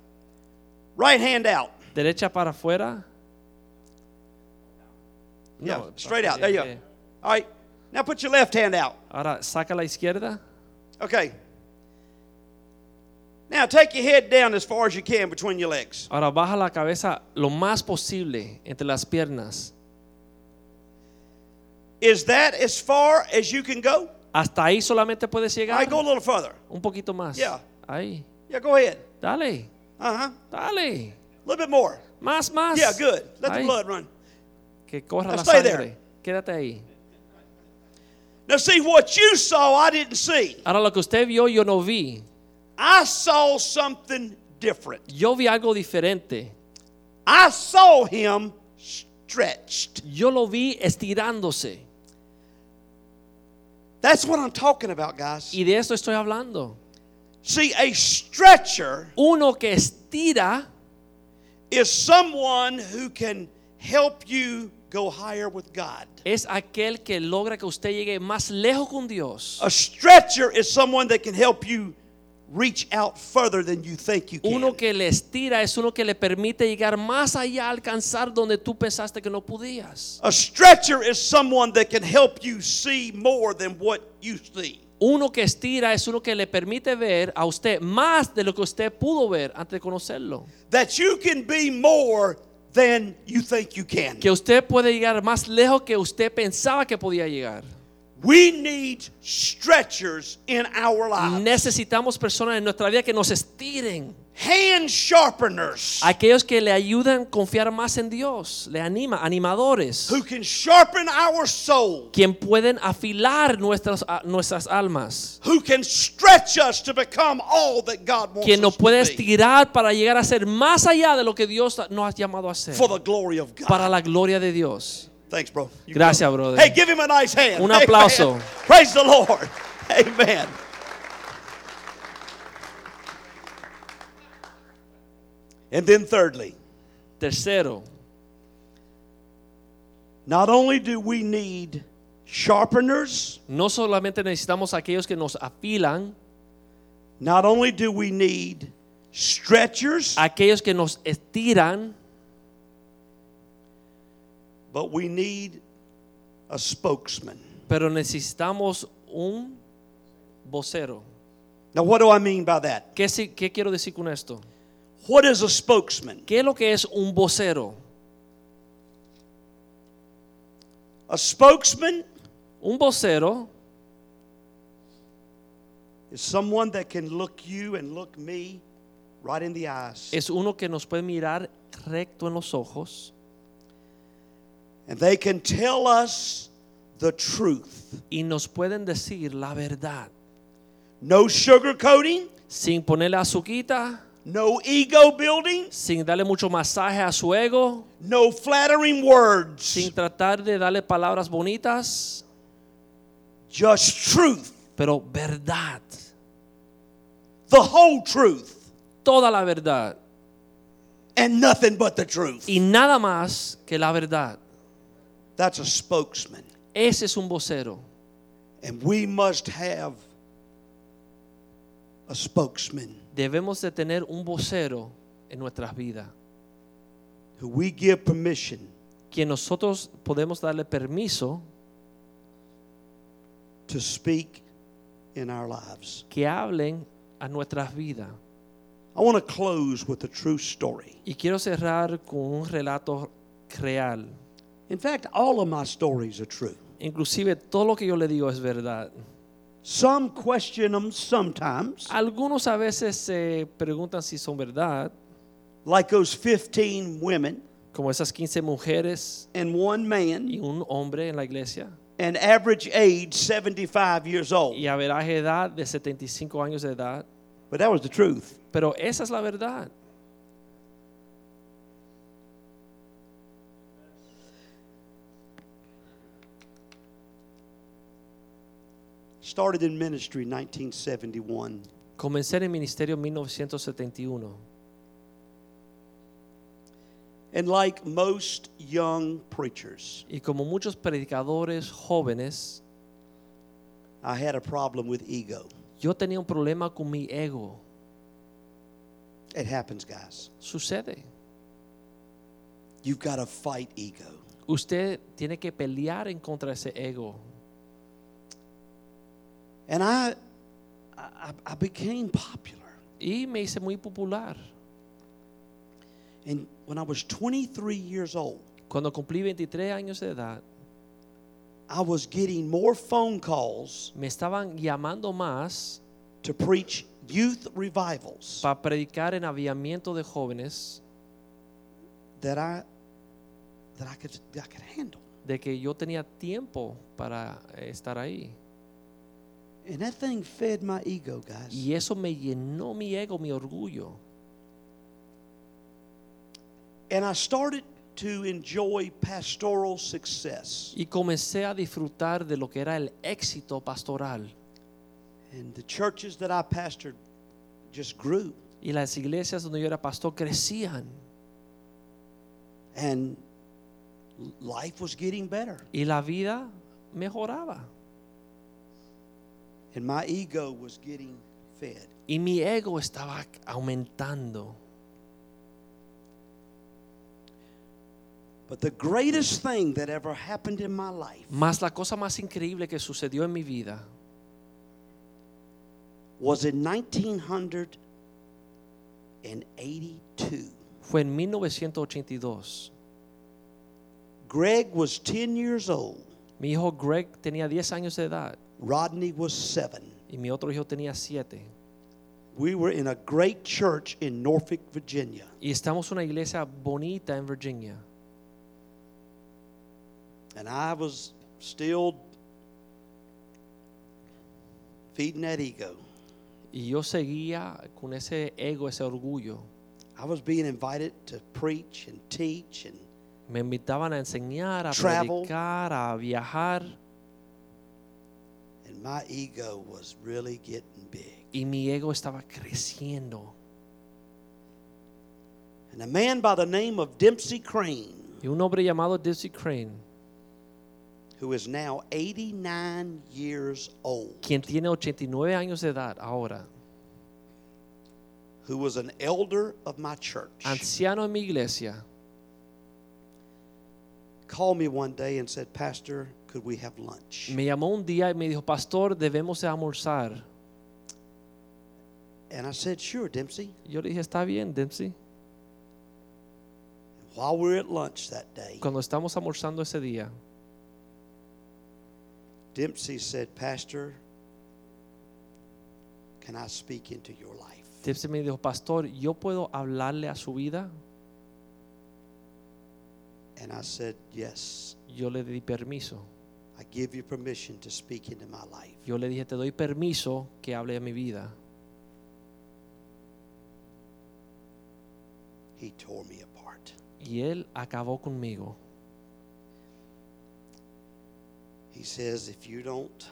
S1: Right hand out.
S2: derecha para afuera.
S1: Yeah.
S2: No,
S1: Straight out. There you
S2: yeah.
S1: go. All right. Now put your left hand out.
S2: Ahora saca la izquierda.
S1: Okay. Now take your head down as far as you can between your legs.
S2: Ahora baja la cabeza lo más posible entre las piernas.
S1: Is that as far as you can go?
S2: Hasta ahí solamente puedes
S1: All
S2: llegar.
S1: right, go a little further.
S2: Un poquito más.
S1: Yeah.
S2: Ahí.
S1: Yeah, go ahead.
S2: Dale.
S1: Uh huh.
S2: Dale.
S1: A little bit more.
S2: Más, más.
S1: Yeah, good. Let the
S2: Ahí.
S1: blood run.
S2: Que corra
S1: Now
S2: la
S1: stay
S2: sangre.
S1: there.
S2: Quédate ahí.
S1: Now, see, what you saw, I didn't see.
S2: Ahora lo que usted vio yo no vi.
S1: I saw something different.
S2: Yo vi algo diferente.
S1: I saw him stretched.
S2: Yo lo vi estirándose.
S1: That's what I'm talking about, guys.
S2: Y de eso estoy hablando.
S1: See, a stretcher
S2: Uno que estira
S1: is someone who can help you go higher with God.
S2: es aquel que logra que usted llegue más lejos con Dios.
S1: A stretcher is someone that can help you reach out further than you think you can.
S2: Uno que le estira es uno que le permite llegar más allá, alcanzar donde tú pensaste que no podías.
S1: A stretcher is someone that can help you see more than what you see.
S2: Uno que estira es uno que le permite ver a usted más de lo que usted pudo ver antes de conocerlo.
S1: That you can be more than you think you can.
S2: Que usted puede llegar más lejos que usted pensaba que podía llegar.
S1: We need stretchers in our lives.
S2: Necesitamos personas en nuestra vida que nos estiren.
S1: Hand sharpeners
S2: Aquellos que le ayudan a confiar más en Dios, le anima, animadores,
S1: who can sharpen our soul,
S2: quien pueden afilar nuestras, a- nuestras almas,
S1: who can stretch us to become all that God wants
S2: quien nos
S1: us
S2: puede
S1: to be
S2: estirar para llegar a ser más allá de lo que Dios nos ha llamado a ser,
S1: for the glory of God.
S2: para la gloria de Dios.
S1: Thanks, bro. You
S2: Gracias,
S1: go.
S2: brother.
S1: Hey, give him a nice hand.
S2: Un
S1: Amen.
S2: aplauso.
S1: Praise the Lord. Amen. And then, thirdly,
S2: Tercero,
S1: not only do we need sharpeners,
S2: no solamente necesitamos aquellos que nos afilan,
S1: not only do we need stretchers,
S2: aquellos que nos estiran,
S1: but we need a spokesman.
S2: pero necesitamos un vocero.
S1: Now, what do I mean by that?
S2: ¿Qué, si- qué quiero decir con esto?
S1: What is a spokesman?
S2: ¿Qué es lo que es un vocero?
S1: A spokesman
S2: Un vocero
S1: is someone that can look you and look me right in the eyes.
S2: es uno que nos puede mirar recto en los ojos
S1: And they can tell us the truth.
S2: y nos pueden decir la verdad
S1: No sugarcoating,
S2: sin ponerle azuquita,
S1: no ego building,
S2: sin darle mucho masaje a su ego,
S1: no flattering words.
S2: sin tratar de darle palabras bonitas,
S1: Just truth,
S2: pero verdad,
S1: the whole truth,
S2: toda la verdad
S1: and nothing but the truth.
S2: y nada más que la verdad.
S1: That's a spokesman.
S2: Ese es un vocero
S1: And we must have a spokesman
S2: Debemos de tener un vocero en nuestras vidas,
S1: who we give permission
S2: quien nosotros podemos darle permiso
S1: to speak in our lives.
S2: que hablen a nuestras vidas.
S1: I want to close with a true story.
S2: Y quiero cerrar con un relato real.
S1: In fact, all of my stories are true.
S2: Inclusive todo lo que yo le digo es verdad.
S1: Some question them sometimes,
S2: Algunos a veces se preguntan si son verdad,
S1: like those 15 women
S2: como esas 15 mujeres
S1: and one
S2: y
S1: man,
S2: un hombre en la iglesia,
S1: and average age 75 years old.
S2: y a veraje edad de 75 años de edad.
S1: But that was the truth.
S2: Pero esa es la verdad.
S1: Started in ministry in 1971.
S2: Comencé en el ministerio en 1971.
S1: And like most young preachers,
S2: Y como muchos predicadores jóvenes,
S1: I had a problem with ego.
S2: yo tenía un problema con mi ego.
S1: It happens, guys.
S2: Sucede.
S1: You've got to fight ego.
S2: Usted tiene que pelear en contra de ese ego.
S1: And I, I, I became popular.
S2: y me hice muy popular.
S1: And when I was 23 years old,
S2: Cuando cumplí 23 años de edad,
S1: I was getting more phone calls
S2: me estaban llamando más
S1: to preach youth revivals
S2: para predicar en aviamiento de jóvenes
S1: that I that I could that I could handle.
S2: de que yo tenía tiempo para eh, estar ahí.
S1: And that thing fed my ego, guys.
S2: Y eso me llenó mi ego, mi orgullo.
S1: And I started to enjoy pastoral success.
S2: Y comencé a disfrutar de lo que era el éxito pastoral.
S1: And the churches that I pastored just grew.
S2: Y las iglesias donde yo era pastor crecían.
S1: And life was getting better.
S2: Y la vida mejoraba.
S1: And my ego was getting fed.
S2: Y mi ego estaba aumentando.
S1: But the greatest thing that ever happened in my life
S2: Mas la cosa más increíble que sucedió en mi vida
S1: was in 1982.
S2: fue en 1982.
S1: Greg was 10 years old,
S2: Mi hijo Greg tenía 10 años de edad
S1: Rodney was 7.
S2: y mi otro hijo tenía 7.
S1: We were in a great church in Norfolk, Virginia.
S2: Y estamos en una iglesia bonita en Virginia.
S1: And I was still feeding that ego.
S2: Y yo seguía con ese ego, ese orgullo.
S1: I was being invited to preach and teach and
S2: Me invitaban a enseñar, a
S1: Travel.
S2: predicar, a viajar
S1: and my ego was really getting big.
S2: y mi ego estaba creciendo.
S1: And a man by the name of Dempsey Crane,
S2: Y un hombre llamado Dizzy Crane,
S1: who is now 89 years old,
S2: quien tiene 89 años de edad ahora,
S1: who was an elder of my church,
S2: anciano en mi iglesia,
S1: called me one day and said, "Pastor, could we have lunch?"
S2: me llamó un día y me dijo, pastor, debemos de almorzar.
S1: And I said, "Sure, Dempsey."
S2: Yo le dije, está bien, Dempsey.
S1: While we were at lunch that day,
S2: Cuando estamos almorzando ese día,
S1: Dempsey said, Pastor, can I speak into your life?
S2: Dempsey me dijo, pastor, ¿yo puedo hablarle a su vida?
S1: And I said, Yes,
S2: Yo le di permiso.
S1: I give you permission to speak into my life.
S2: Yo le dije, te doy permiso que hable de mi vida.
S1: He tore me apart.
S2: Y él acabó conmigo.
S1: He says, If you don't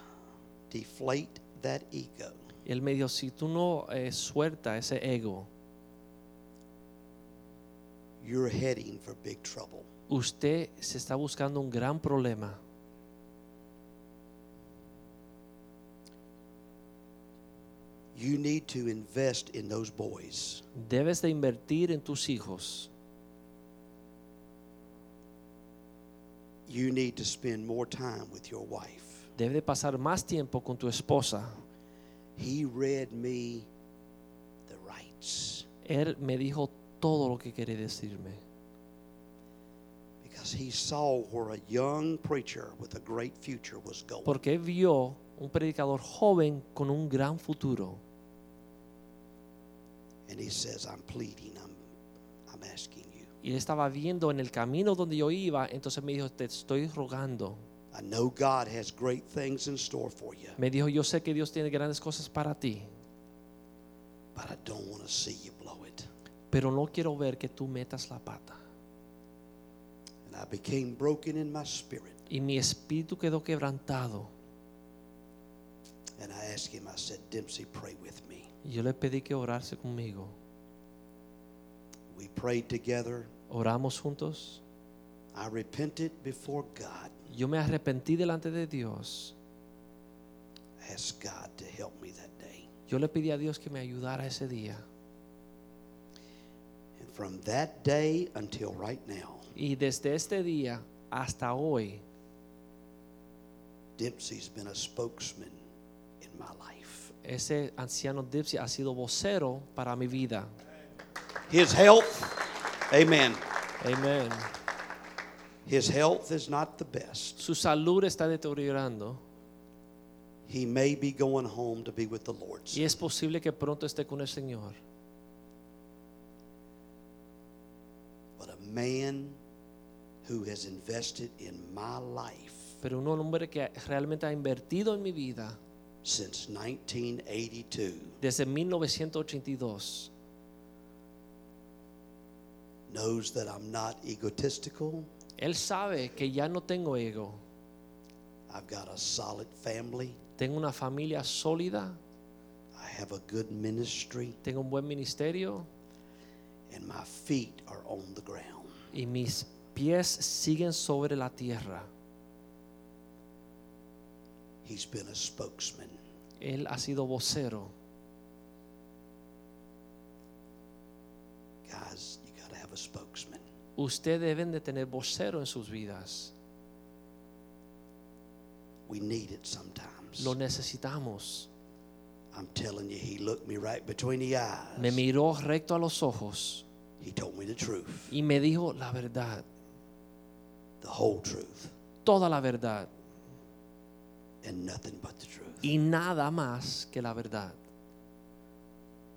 S1: deflate that ego,
S2: Él me dijo, si tú no eh, suelta ese ego,
S1: you're heading for big trouble.
S2: usted se está buscando un gran problema.
S1: You need to invest in those boys.
S2: Debes de invertir en tus hijos.
S1: You need to spend more time with your wife.
S2: Debes de pasar más tiempo con tu esposa.
S1: He read me the rights
S2: Él me dijo todo lo que quería decirme.
S1: because he saw where a young preacher with a great future was going.
S2: Porque él vio un predicador joven con un gran futuro.
S1: And he says, I'm pleading, I'm, I'm asking you.
S2: Y él estaba viendo en el camino donde yo iba, entonces me dijo, te estoy rogando.
S1: I know God has great things in store for you,
S2: Me dijo, yo sé que Dios tiene grandes cosas para ti,
S1: but I don't want to see you blow it.
S2: pero no quiero ver que tú metas la pata.
S1: And I became broken in my spirit.
S2: Y mi espíritu quedó quebrantado.
S1: And I asked him, I said, Dempsey, pray with me.
S2: Y yo le pedí que orase conmigo.
S1: We prayed together.
S2: Oramos juntos.
S1: I repented before God.
S2: Yo me arrepentí delante de Dios.
S1: I asked God to help me that day.
S2: Yo le pedí a Dios que me ayudara ese día.
S1: And from that day until right now,
S2: Y desde este día hasta hoy,
S1: Dempsey's been a spokesman in my life.
S2: Ese anciano Dipsy ha sido vocero para mi vida.
S1: His health, amen.
S2: Amén.
S1: His health is not the best.
S2: Su salud está deteriorando
S1: He may be going home to be with the Lord.
S2: y es posible que pronto esté con el Señor.
S1: But a man who has invested in my life
S2: Pero un hombre que realmente ha invertido en mi vida
S1: since 1982
S2: desde 1982
S1: knows that I'm not egotistical.
S2: Él sabe que ya no tengo ego.
S1: I've got a solid family.
S2: Tengo una familia sólida,
S1: I have a good ministry.
S2: tengo un buen ministerio
S1: And my feet are on the ground.
S2: y mis pies siguen sobre la tierra.
S1: He's been a spokesman.
S2: Él ha sido vocero.
S1: Guys, you got to have a spokesman.
S2: Ustedes deben de tener vocero en sus vidas.
S1: We need it sometimes.
S2: Lo necesitamos.
S1: I'm telling you, he looked me right between the eyes.
S2: Me miró recto a los ojos
S1: He told me the truth,
S2: y me dijo la verdad,
S1: the whole truth,
S2: toda la verdad
S1: and nothing but the truth.
S2: y nada más que la verdad.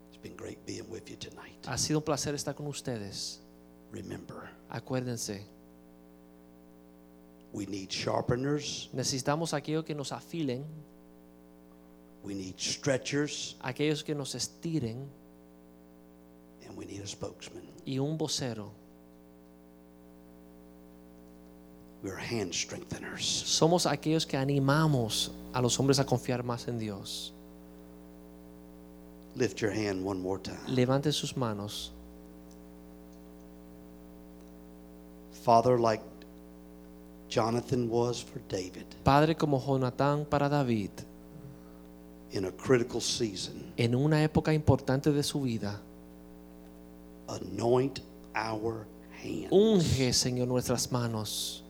S1: It's been great being with you tonight.
S2: Ha sido un placer estar con ustedes.
S1: Remember,
S2: Acuérdense,
S1: we need sharpeners,
S2: necesitamos aquellos que nos afilen,
S1: we need stretchers,
S2: aquellos que nos estiren
S1: and we need a spokesman.
S2: y un vocero.
S1: We're hand strengtheners.
S2: Somos aquellos que animamos a los hombres a confiar más en Dios.
S1: Lift your hand one more time.
S2: Levanten sus manos.
S1: Father, like Jonathan was for David
S2: Padre como Jonatán para David,
S1: in a critical season,
S2: en una época importante de su vida,
S1: anoint our hand
S2: unge, Señor, nuestras manos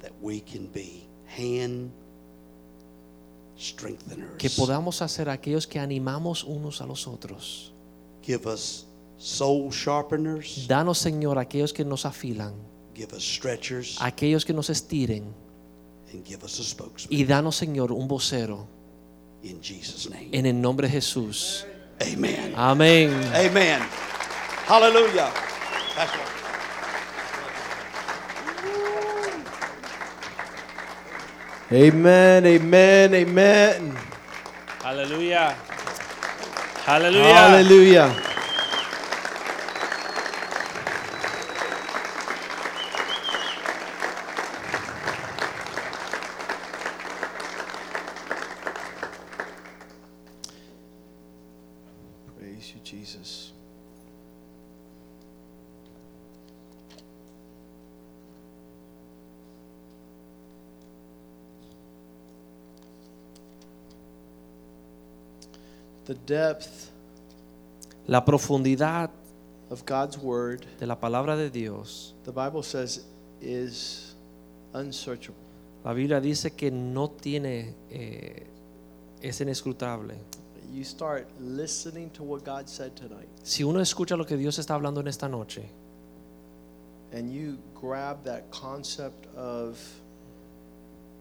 S1: that we can be hand strengtheners.
S2: que podamos hacer aquellos que animamos unos a los otros.
S1: Give us soul sharpeners.
S2: Danos, Señor, aquellos que nos afilan,
S1: Give us stretchers.
S2: aquellos que nos estiren,
S1: And give us a spokesman.
S2: y danos, Señor, un vocero
S1: In Jesus' name.
S2: en el nombre de Jesús.
S1: Amen.
S2: Amén.
S1: Amen. Hallelujah. That's right.
S3: Amen, amen, amen.
S4: Aleluya. Aleluya.
S3: Hallelujah. Praise you, Jesus. The depth
S2: La profundidad
S3: of God's word,
S2: de la palabra de Dios,
S3: the Bible says, is unsearchable.
S2: la Biblia dice que no tiene, eh, es inescrutable.
S3: You start listening to what God said tonight,
S2: Si uno escucha lo que Dios está hablando en esta noche
S3: and you grab that concept of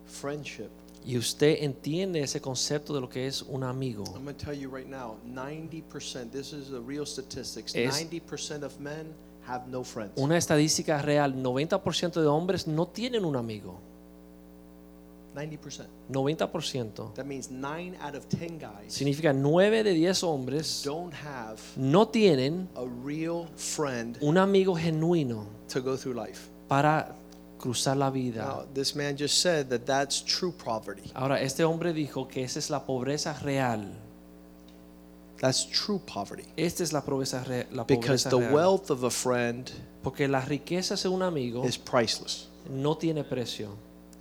S3: friendship.
S2: y usted entiende ese concepto de lo que es un amigo,
S3: I'm going to tell you right now 90%, this is the real statistics
S2: Es-
S3: 90% of men have no friends.
S2: una estadística real, 90% de hombres no tienen un amigo.
S3: 90%.
S2: 90%.
S3: That means 9 out of 10 guys
S2: Significa 9 de 10 hombres
S3: don't have
S2: no tienen
S3: a real friend
S2: un amigo genuino
S3: to go through life.
S2: para cruzar la
S3: Now,
S2: vida.
S3: this man just said that that's true poverty.
S2: Ahora, este hombre dijo que esa es la pobreza real.
S3: That's true poverty.
S2: Esta es la pobreza, re- la
S3: Because
S2: pobreza
S3: the
S2: real.
S3: wealth of a friend
S2: Porque la riqueza de un amigo
S3: is priceless.
S2: no tiene precio.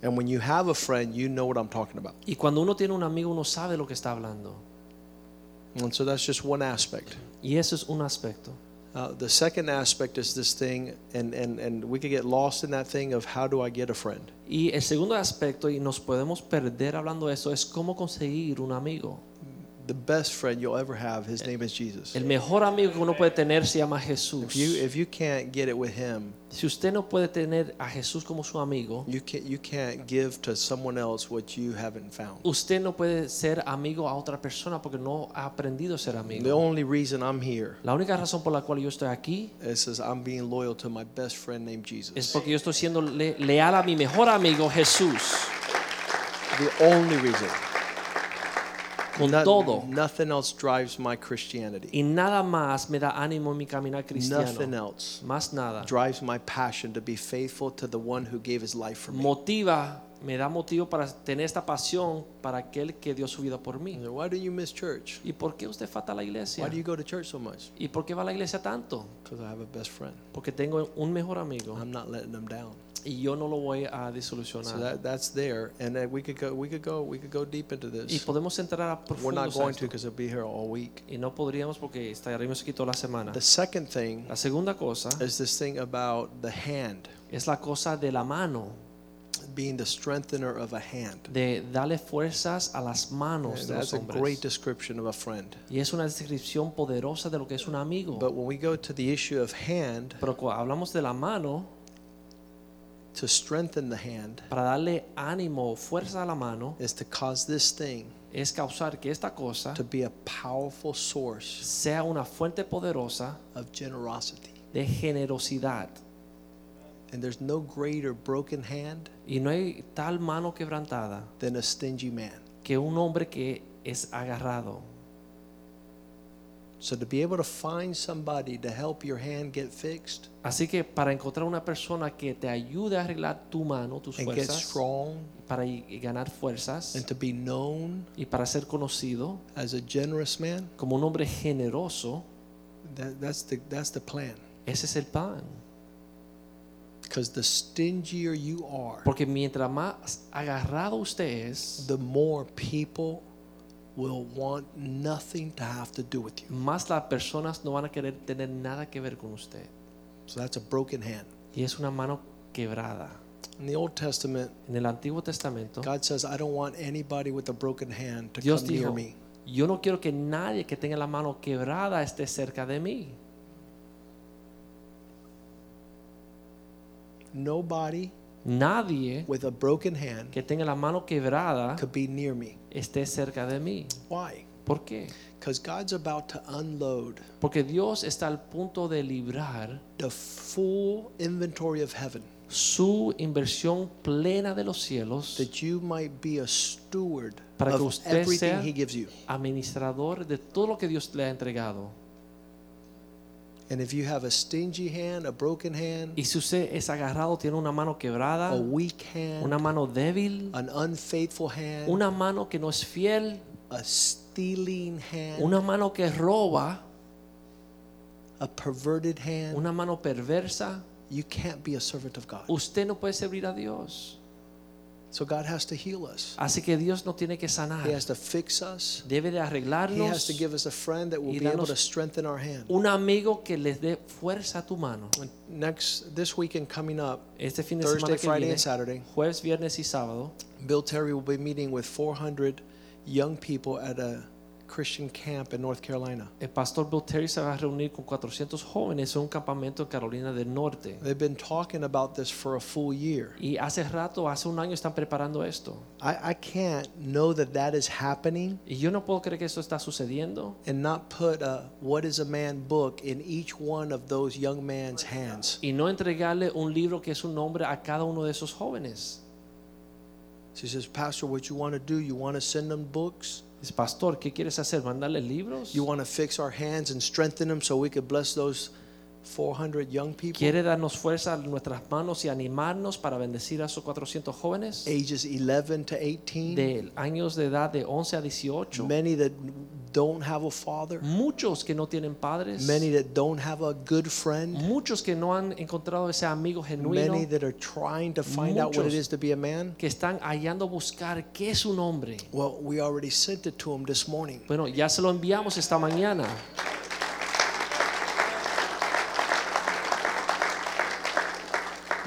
S3: And when you have a friend, you know what I'm talking about.
S2: Y cuando uno tiene un amigo, uno sabe lo que está hablando.
S3: And so that's just one aspect.
S2: Y eso es un aspecto.
S3: Uh, the second aspect is this thing, and, and, and we could get lost in that thing of how do I get a friend?
S2: Y el segundo aspecto, y nos podemos perder hablando de eso, es cómo conseguir un amigo.
S3: The best friend you'll ever have, his name is Jesus.
S2: El mejor amigo que uno puede tener se llama
S3: If you, eh,
S2: Jesús.
S3: if you can't get it with him,
S2: Si usted no puede tener a Jesús como su amigo,
S3: you can't, you can't give to someone else what you haven't found.
S2: usted no puede ser amigo a otra persona porque no ha aprendido a ser
S3: The
S2: amigo.
S3: only reason I'm here
S2: La única razón por la cual yo estoy aquí
S3: is says I'm being loyal to my best friend named
S2: es
S3: Jesus.
S2: porque yo estoy siendo le- leal a mi mejor amigo Jesús.
S3: The only reason.
S2: Con
S3: Not-
S2: todo.
S3: Nothing else drives my Christianity.
S2: Y nada más me da ánimo en mi caminar
S3: Nothing
S2: cristiano.
S3: else.
S2: Más nada.
S3: drives my passion to be faithful to the one who gave his life for me.
S2: Motiva, me da motivo para tener esta pasión para aquel que dio su vida por mí.
S3: Why do you miss church?
S2: ¿Y por qué usted falta a la iglesia?
S3: Why do you go to church so much?
S2: ¿Y por qué va a la iglesia tanto?
S3: Because I have a best friend.
S2: Porque tengo un mejor amigo
S3: I'm not letting them down.
S2: y yo no lo voy a
S3: Um, So
S2: disolucionar.
S3: that that's there, and then we could go, we could go, we could go deep into
S2: Y
S3: this.
S2: podemos entrar a
S3: We're
S2: profundo. a
S3: not going to
S2: esto.
S3: because I'll be here all week.
S2: Y no podríamos porque estaremos aquí toda la semana.
S3: The second thing
S2: La segunda cosa
S3: is this thing about the hand
S2: es la cosa de la mano,
S3: being the strengthener of a hand.
S2: de darle fuerzas a las manos de los
S3: That's a great
S2: hombres.
S3: description of a friend.
S2: Y es una descripción poderosa de lo que es un amigo.
S3: But when we go to the issue of hand,
S2: Pero cuando hablamos de la mano,
S3: to strengthen the hand
S2: para darle ánimo o fuerza a la mano,
S3: is to cause this thing
S2: es causar que esta cosa
S3: to be a powerful source
S2: sea una fuente poderosa
S3: of generosity.
S2: de generosidad.
S3: And there's no greater broken hand
S2: Y no hay tal mano quebrantada
S3: than a stingy man.
S2: que un hombre que es agarrado.
S3: So to be able to find somebody to help your hand get fixed
S2: Así que para encontrar una persona que te ayude a arreglar tu mano, tus
S3: and get
S2: fuerzas,
S3: strong
S2: para y- y ganar
S3: and
S2: fuerzas
S3: to be known
S2: y para ser conocido
S3: as a generous man,
S2: como un hombre generoso,
S3: that, that's the that's the plan.
S2: ese es el pan.
S3: Because the stingier you are,
S2: Porque mientras más agarrado usted es,
S3: the more people will want nothing to have to do with you.
S2: más las personas no van a querer tener nada que ver con usted.
S3: So that's a broken hand.
S2: Y es una mano quebrada.
S3: In the Old Testament,
S2: En el Antiguo Testamento,
S3: God says, I don't want anybody with a broken hand to
S2: Dios
S3: come near
S2: dijo,
S3: me.
S2: yo no quiero que nadie que tenga la mano quebrada esté cerca de mí.
S3: Nobody
S2: Nadie
S3: with a broken hand
S2: que tenga la mano quebrada
S3: could be near me.
S2: esté cerca de mí.
S3: Why?
S2: ¿Por qué?
S3: Because God's about to unload
S2: Porque Dios está al punto de librar
S3: the full inventory of heaven
S2: su inversión plena de los cielos,
S3: that you might be a steward
S2: Para que
S3: of
S2: usted
S3: everything
S2: sea-
S3: He gives you.
S2: administrador de todo lo que Dios le ha entregado.
S3: And if you have a stingy hand, a broken hand,
S2: Y si usted es agarrado, tiene una mano quebrada,
S3: a weak hand,
S2: una mano débil,
S3: an unfaithful hand,
S2: una mano que no es fiel,
S3: a stealing hand,
S2: una mano que roba,
S3: a perverted hand,
S2: una mano perversa,
S3: you can't be a servant of God.
S2: usted no puede servir a Dios.
S3: So God has to heal us.
S2: Así que Dios no tiene que sanar,
S3: He has to fix us.
S2: debe de
S3: He has
S2: arreglarnos
S3: to give us a friend that will
S2: y
S3: be able
S2: danos-
S3: to strengthen our hand.
S2: un amigo que les dé fuerza a tu mano.
S3: Next, this weekend coming up,
S2: Este fin de semana
S3: Thursday,
S2: que
S3: Friday,
S2: viene,
S3: and Saturday.
S2: jueves, viernes y sábado,
S3: Bill Terry will be meeting with 400 young people at a Christian camp in North Carolina.
S2: el pastor Bill Terry se va a reunir con 400 jóvenes en un campamento en Carolina del Norte.
S3: They've been talking about this for a full year.
S2: Y hace rato, hace un año están preparando esto.
S3: I, I can't know that that is happening
S2: Y yo no puedo creer que esto está sucediendo
S3: and not put a What is a Man book in each one of those young man's hands.
S2: y no entregarle un libro que es un nombre a cada uno de esos jóvenes.
S3: She says, Pastor, what you want to do, you want to send them books?
S2: Dice, pastor, ¿qué quieres hacer? ¿Mandarle libros?
S3: You want to fix our hands and strengthen them so we could bless those 400 young people?
S2: ¿Quiere darnos fuerza en nuestras manos y animarnos para bendecir a esos 400 jóvenes?
S3: Ages 11 to 18?
S2: De años de edad de 11 a 18.
S3: Many that don't have a father?
S2: Muchos que no tienen padres.
S3: many that don't have a good friend,
S2: Muchos que no han encontrado ese amigo genuino.
S3: many that are trying to find out what it
S2: Muchos.
S3: is to be a man.
S2: Que están hallando buscar qué es un hombre.
S3: Well, we already sent it to them this morning.
S2: Bueno, ya se lo enviamos esta mañana.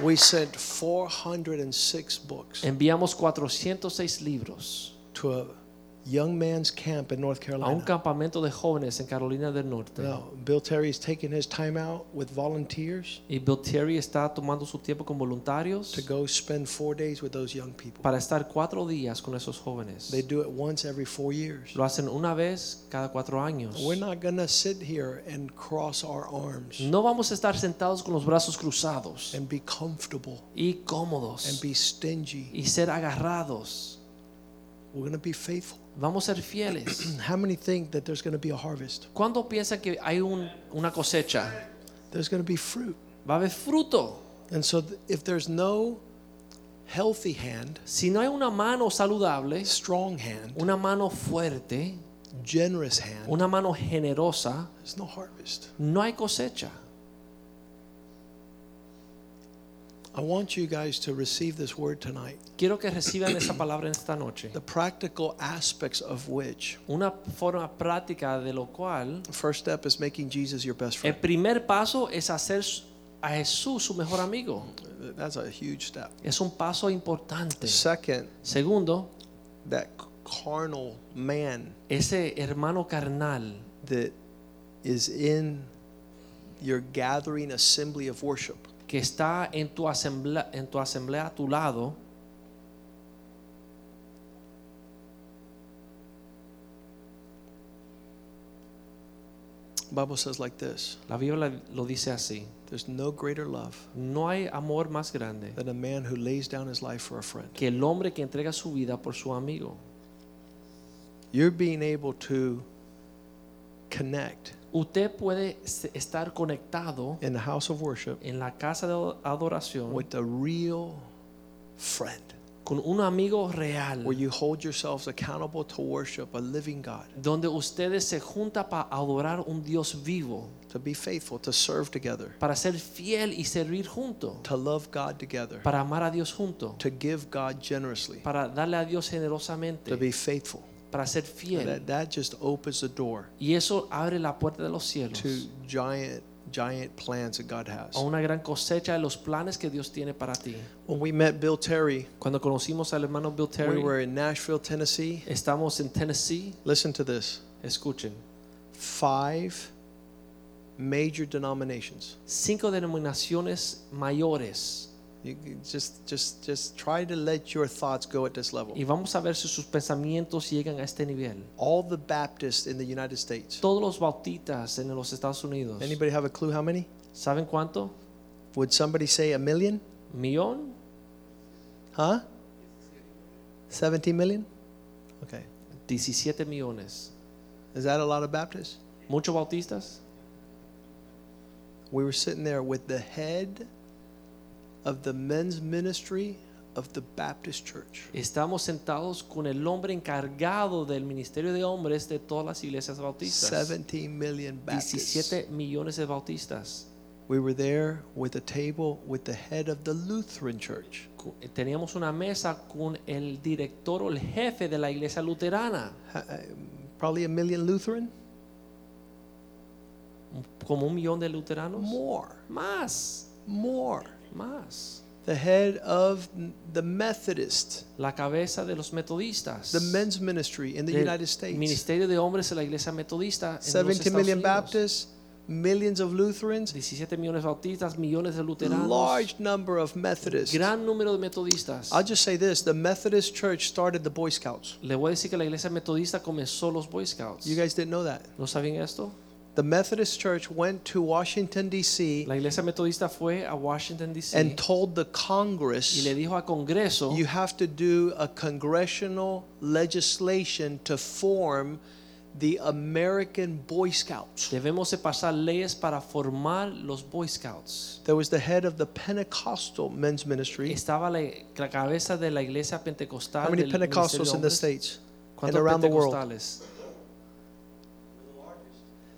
S3: We sent 406 books
S2: Enviamos 406 libros
S3: to a young man's camp in North
S2: a un
S3: Carolina.
S2: campamento de jóvenes en Carolina del Norte.
S3: Now, Bill Terry is taking his time out with volunteers
S2: Y Bill Terry está tomando su tiempo con
S3: to
S2: voluntarios
S3: go spend four days with those young people.
S2: para estar cuatro días con esos jóvenes.
S3: They do it once every four years.
S2: Lo hacen una vez cada cuatro años.
S3: We're not going to sit here and cross our arms
S2: No vamos a estar sentados con los brazos cruzados
S3: and be comfortable
S2: y
S3: and
S2: cómodos
S3: be stingy.
S2: y ser agarrados.
S3: We're going to be faithful.
S2: Vamos a ser
S3: [CLEARS THROAT]
S2: fieles.
S3: How many think that there's going to be a harvest?
S2: ¿Cuándo piensan que hay un- una cosecha?
S3: There's going to be fruit.
S2: Va a haber fruto.
S3: And so, th- if there's no healthy hand,
S2: Si no hay una mano saludable,
S3: strong hand,
S2: una mano fuerte,
S3: generous hand,
S2: una mano generosa,
S3: there's no harvest.
S2: no hay cosecha.
S3: I want you guys to receive this word tonight,
S2: Quiero que reciban esa palabra en esta noche.
S3: the practical aspects of which,
S2: Una forma práctica de lo cual
S3: first step is making Jesus your best
S2: el
S3: friend.
S2: primer paso es hacer a Jesús su mejor amigo.
S3: Uh, That's a huge step.
S2: Es un paso importante.
S3: Second,
S2: Segundo,
S3: that c- carnal man
S2: ese hermano carnal
S3: that is in your gathering assembly of worship.
S2: que está en tu asamblea, en tu asamblea a tu lado,
S3: Bible says like this
S2: la Biblia lo dice así.
S3: there's no greater love
S2: No hay amor más grande
S3: than a man who lays down his life for a friend.
S2: que el hombre que entrega su vida por su amigo.
S3: You're being able to connect
S2: Usted puede se- estar conectado
S3: in the house of worship
S2: en la casa de adoración
S3: with a real friend
S2: con un amigo real
S3: where you hold yourselves accountable to worship a living God,
S2: donde ustedes se juntan para adorar un Dios vivo,
S3: to be faithful, to serve together,
S2: para ser fiel y servir juntos,
S3: to love God together,
S2: para amar a Dios juntos,
S3: to give God generously,
S2: para darle a Dios
S3: to
S2: generosamente,
S3: be faithful.
S2: para ser fiel.
S3: That, that just opens the door
S2: Y eso abre la puerta de los
S3: to
S2: cielos
S3: giant, giant plans that God has.
S2: a una gran cosecha de los planes que Dios tiene para ti.
S3: When we met Bill Terry,
S2: Cuando conocimos al hermano Bill
S3: we
S2: Terry,
S3: were in Nashville, Tennessee.
S2: estamos en Tennessee,
S3: Listen to this
S2: escuchen,
S3: five major denominations.
S2: cinco denominaciones mayores.
S3: You you just just just try to let your thoughts go at this level.
S2: Y vamos a ver si sus pensamientos llegan a este nivel.
S3: All the Baptists in the United States.
S2: Todos los bautistas en los Estados Unidos,
S3: Anybody have a clue how many?
S2: ¿saben cuánto?
S3: Would somebody say a million?
S2: ¿Millón?
S3: Huh? 70 million? Okay.
S2: 17 millones.
S3: Is that a lot of Baptists?
S2: ¿Muchos bautistas?
S3: We were sitting there with the head of the men's ministry of the Baptist church.
S2: Estamos sentados con el hombre encargado del ministerio de hombres de todas las iglesias bautistas.
S3: 70 million Baptists.
S2: 17 millones de bautistas.
S3: We were there with a table with the head of the Lutheran church.
S2: Cu- eh, Teníamos una mesa con el director o el jefe de la iglesia luterana,
S3: Ha- uh, Probably a million Lutheran?
S2: como un millón de luteranos.
S3: More.
S2: Más,
S3: more.
S2: más.
S3: The head of the Methodist,
S2: La cabeza de los metodistas.
S3: the men's ministry in the
S2: del
S3: United States.
S2: Ministerio de hombres de la iglesia metodista. en los
S3: 70
S2: Estados
S3: million
S2: Unidos.
S3: Baptists, millions of Lutherans,
S2: 17 millones de bautistas, millones de luteranos.
S3: large number of Methodists.
S2: Gran número de metodistas.
S3: I'll just say this the Methodist Church started the Boy Scouts.
S2: Le voy a decir que la iglesia metodista comenzó los Boy Scouts.
S3: You guys didn't know that.
S2: ¿No sabían esto?
S3: The Methodist Church went to Washington, D.C.
S2: La iglesia metodista fue a Washington, D.C.
S3: and told the
S2: y
S3: Congress
S2: le dijo a Congreso
S3: you have to do a congressional legislation to form the American Boy Scouts.
S2: debemos de pasar leyes para formar los Boy Scouts.
S3: There was the head of the Pentecostal men's ministry.
S2: Estaba la, la cabeza de la iglesia pentecostal.
S3: How many
S2: del Ministerio de
S3: Pentecostals in the
S2: Hombres.
S3: States and
S2: ¿Cuántos
S3: around the world?
S2: pentecostales?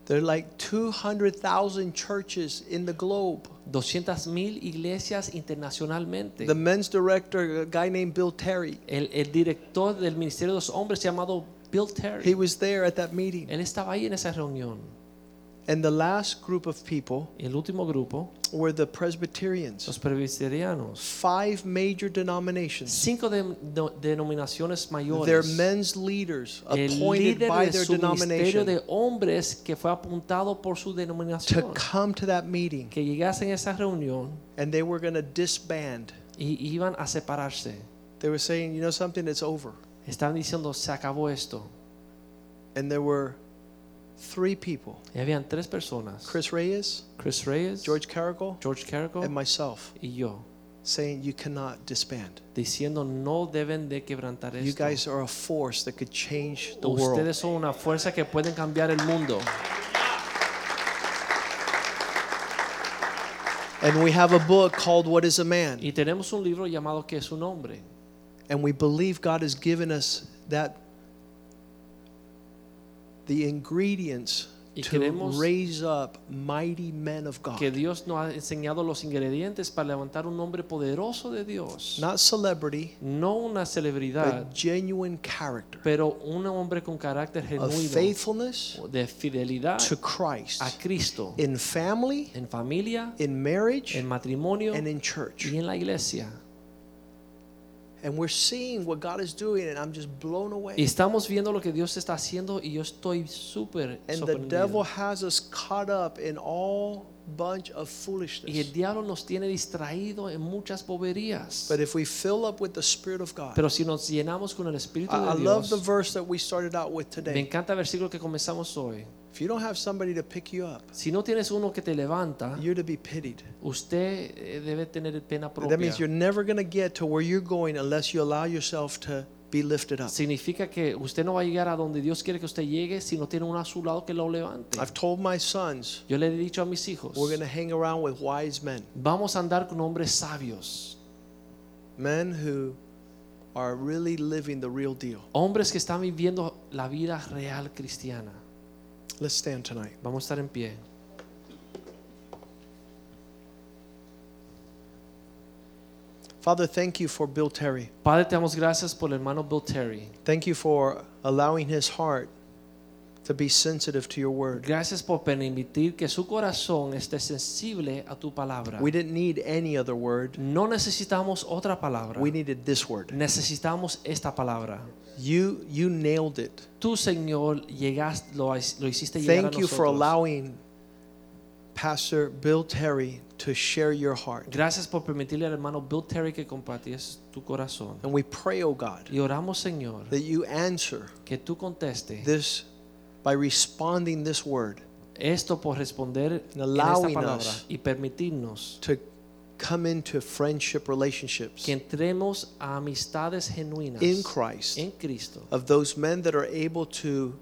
S3: There are like 200,000 churches in the globe.
S2: 200.000 iglesias internacionalmente.
S3: The men's director, a guy named Bill Terry,
S2: el, el director del Ministerio de los Hombres llamado Bill Terry.
S3: he was there at that meeting.
S2: Él estaba ahí en esa reunión.
S3: And the last group of people
S2: Y el último grupo,
S3: were the Presbyterians,
S2: los presbiterianos.
S3: five major denominations.
S2: Cinco de- de- denominaciones
S3: Their
S2: mayores.
S3: men's leaders
S2: el
S3: appointed
S2: líder
S3: by
S2: de
S3: their
S2: su ministerio
S3: denomination
S2: de hombres que fue apuntado por su
S3: to
S2: denominación
S3: come to that meeting
S2: que llegasen a esa reunión
S3: and they were going to disband.
S2: y iban a separarse
S3: They were saying, you know something, it's over.
S2: estaban diciendo se acabó esto
S3: And there were three people
S2: y habían tres personas
S3: Chris Reyes,
S2: Chris Reyes
S3: George Carrickle,
S2: George Carrico
S3: and myself
S2: y yo
S3: saying, you cannot disband.
S2: diciendo no deben de quebrantar
S3: You
S2: esto
S3: guys are a force that could change the world.
S2: ustedes son una fuerza que pueden cambiar el mundo
S3: And we have a book called What is a Man?
S2: y tenemos un libro llamado que es un hombre
S3: And we believe God has given us that the ingredients
S2: Y
S3: to
S2: queremos-
S3: raise up mighty men of
S2: que
S3: God.
S2: Dios nos ha enseñado los ingredientes para levantar un hombre poderoso de Dios
S3: Not celebrity,
S2: no una celebridad
S3: but genuine character
S2: pero un hombre con carácter
S3: of
S2: genuino
S3: faithfulness
S2: de fidelidad
S3: to
S2: a
S3: Christ
S2: Cristo
S3: in family,
S2: en familia
S3: in marriage,
S2: en matrimonio
S3: and in church.
S2: y en la iglesia
S3: And we're seeing what God is doing, and I'm just blown
S2: y
S3: away.
S2: estamos viendo lo que Dios está haciendo y yo estoy súper
S3: And the
S2: sorprendido
S3: devil has us caught up in all bunch of
S2: y el
S3: foolishness.
S2: diablo nos tiene distraído en muchas boberías
S3: But if we fill up with the Spirit of God,
S2: pero si nos llenamos con el Espíritu
S3: I, I
S2: de
S3: love the
S2: Dios
S3: verse that we started out with
S2: me
S3: today.
S2: encanta el versículo que comenzamos hoy
S3: If you don't have somebody to pick you up,
S2: si no tienes uno que te levanta
S3: you're to be pitied.
S2: usted eh, debe tener pena
S3: That
S2: propia
S3: means you're never going to get to where you're going unless you allow yourself to be lifted up.
S2: significa que usted no va a llegar a donde Dios quiere que usted llegue si no tiene uno a su lado que lo levante.
S3: I've told my sons
S2: Yo le he dicho a mis hijos,
S3: we're going to hang around with wise men,
S2: vamos a andar con hombres sabios,
S3: men who are really living the real deal.
S2: hombres que están viviendo la vida real cristiana.
S3: Let's stand tonight.
S2: Vamos a estar en pie.
S3: Father, thank you for Bill Terry.
S2: Padre, te damos gracias por el hermano Bill Terry.
S3: Thank you for allowing his heart to be sensitive to your word.
S2: Gracias por permitir que su corazón esté sensible a tu palabra.
S3: We didn't need any other word,
S2: No necesitamos otra palabra.
S3: we needed this word.
S2: Necesitamos esta palabra.
S3: You, you nailed it.
S2: Tú, Señor, llegaste, lo, lo hiciste llegar a
S3: Thank you for
S2: nosotros.
S3: allowing Pastor Bill Terry to share your heart.
S2: Gracias por permitirle al hermano Bill Terry que compartiese tu corazón.
S3: And we pray, oh God,
S2: Y oramos, Señor,
S3: that you answer
S2: que tú contestes
S3: this by responding this word
S2: esto por responder en esta
S3: allowing
S2: palabra
S3: us
S2: y permitirnos
S3: to come into friendship relationships
S2: que entremos a amistades genuinas
S3: in Christ
S2: en Cristo,
S3: of those men that are able to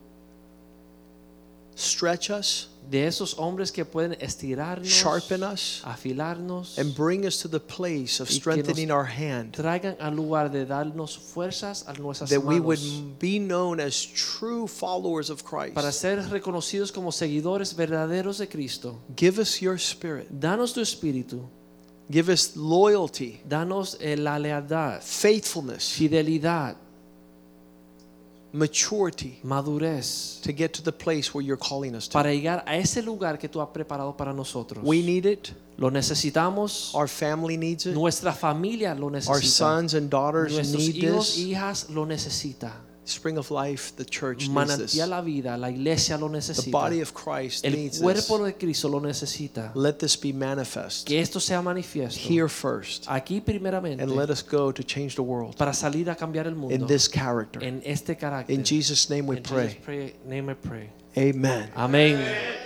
S3: stretch us,
S2: de esos hombres que pueden estirarnos,
S3: sharpen us,
S2: afilarnos,
S3: and bring us to the place of
S2: Y que nos-
S3: strengthening our hand,
S2: traigan al lugar de darnos fuerzas a nuestras
S3: that we would
S2: manos
S3: be known as true followers of
S2: para
S3: Christ.
S2: ser reconocidos como seguidores verdaderos de Cristo.
S3: Give us your spirit.
S2: Danos tu espíritu,
S3: Give us loyalty,
S2: danos eh, la lealtad,
S3: faithfulness,
S2: fidelidad,
S3: maturity
S2: madurez
S3: to get to the place where you're calling us to.
S2: para llegar a ese lugar que tú has preparado para nosotros.
S3: We need it.
S2: Lo necesitamos.
S3: Our family needs it.
S2: Nuestra familia lo
S3: Our
S2: necesita.
S3: sons and daughters
S2: Nuestros
S3: need
S2: hijos
S3: this.
S2: e hijas lo necesita.
S3: Spring of Life, the church needs this.
S2: Manantial la vida, la iglesia lo
S3: The
S2: necesita.
S3: body of Christ
S2: El
S3: needs this.
S2: cuerpo de Cristo lo necesita.
S3: Let this be manifest
S2: Que esto sea manifiesto
S3: here first,
S2: aquí primeramente
S3: and let us go to change the world
S2: para salir a cambiar el mundo
S3: in this character.
S2: en este carácter.
S3: In Jesus' name we
S2: In Jesus'
S3: pray.
S2: pray- name I pray.
S3: Amen.
S2: Amén.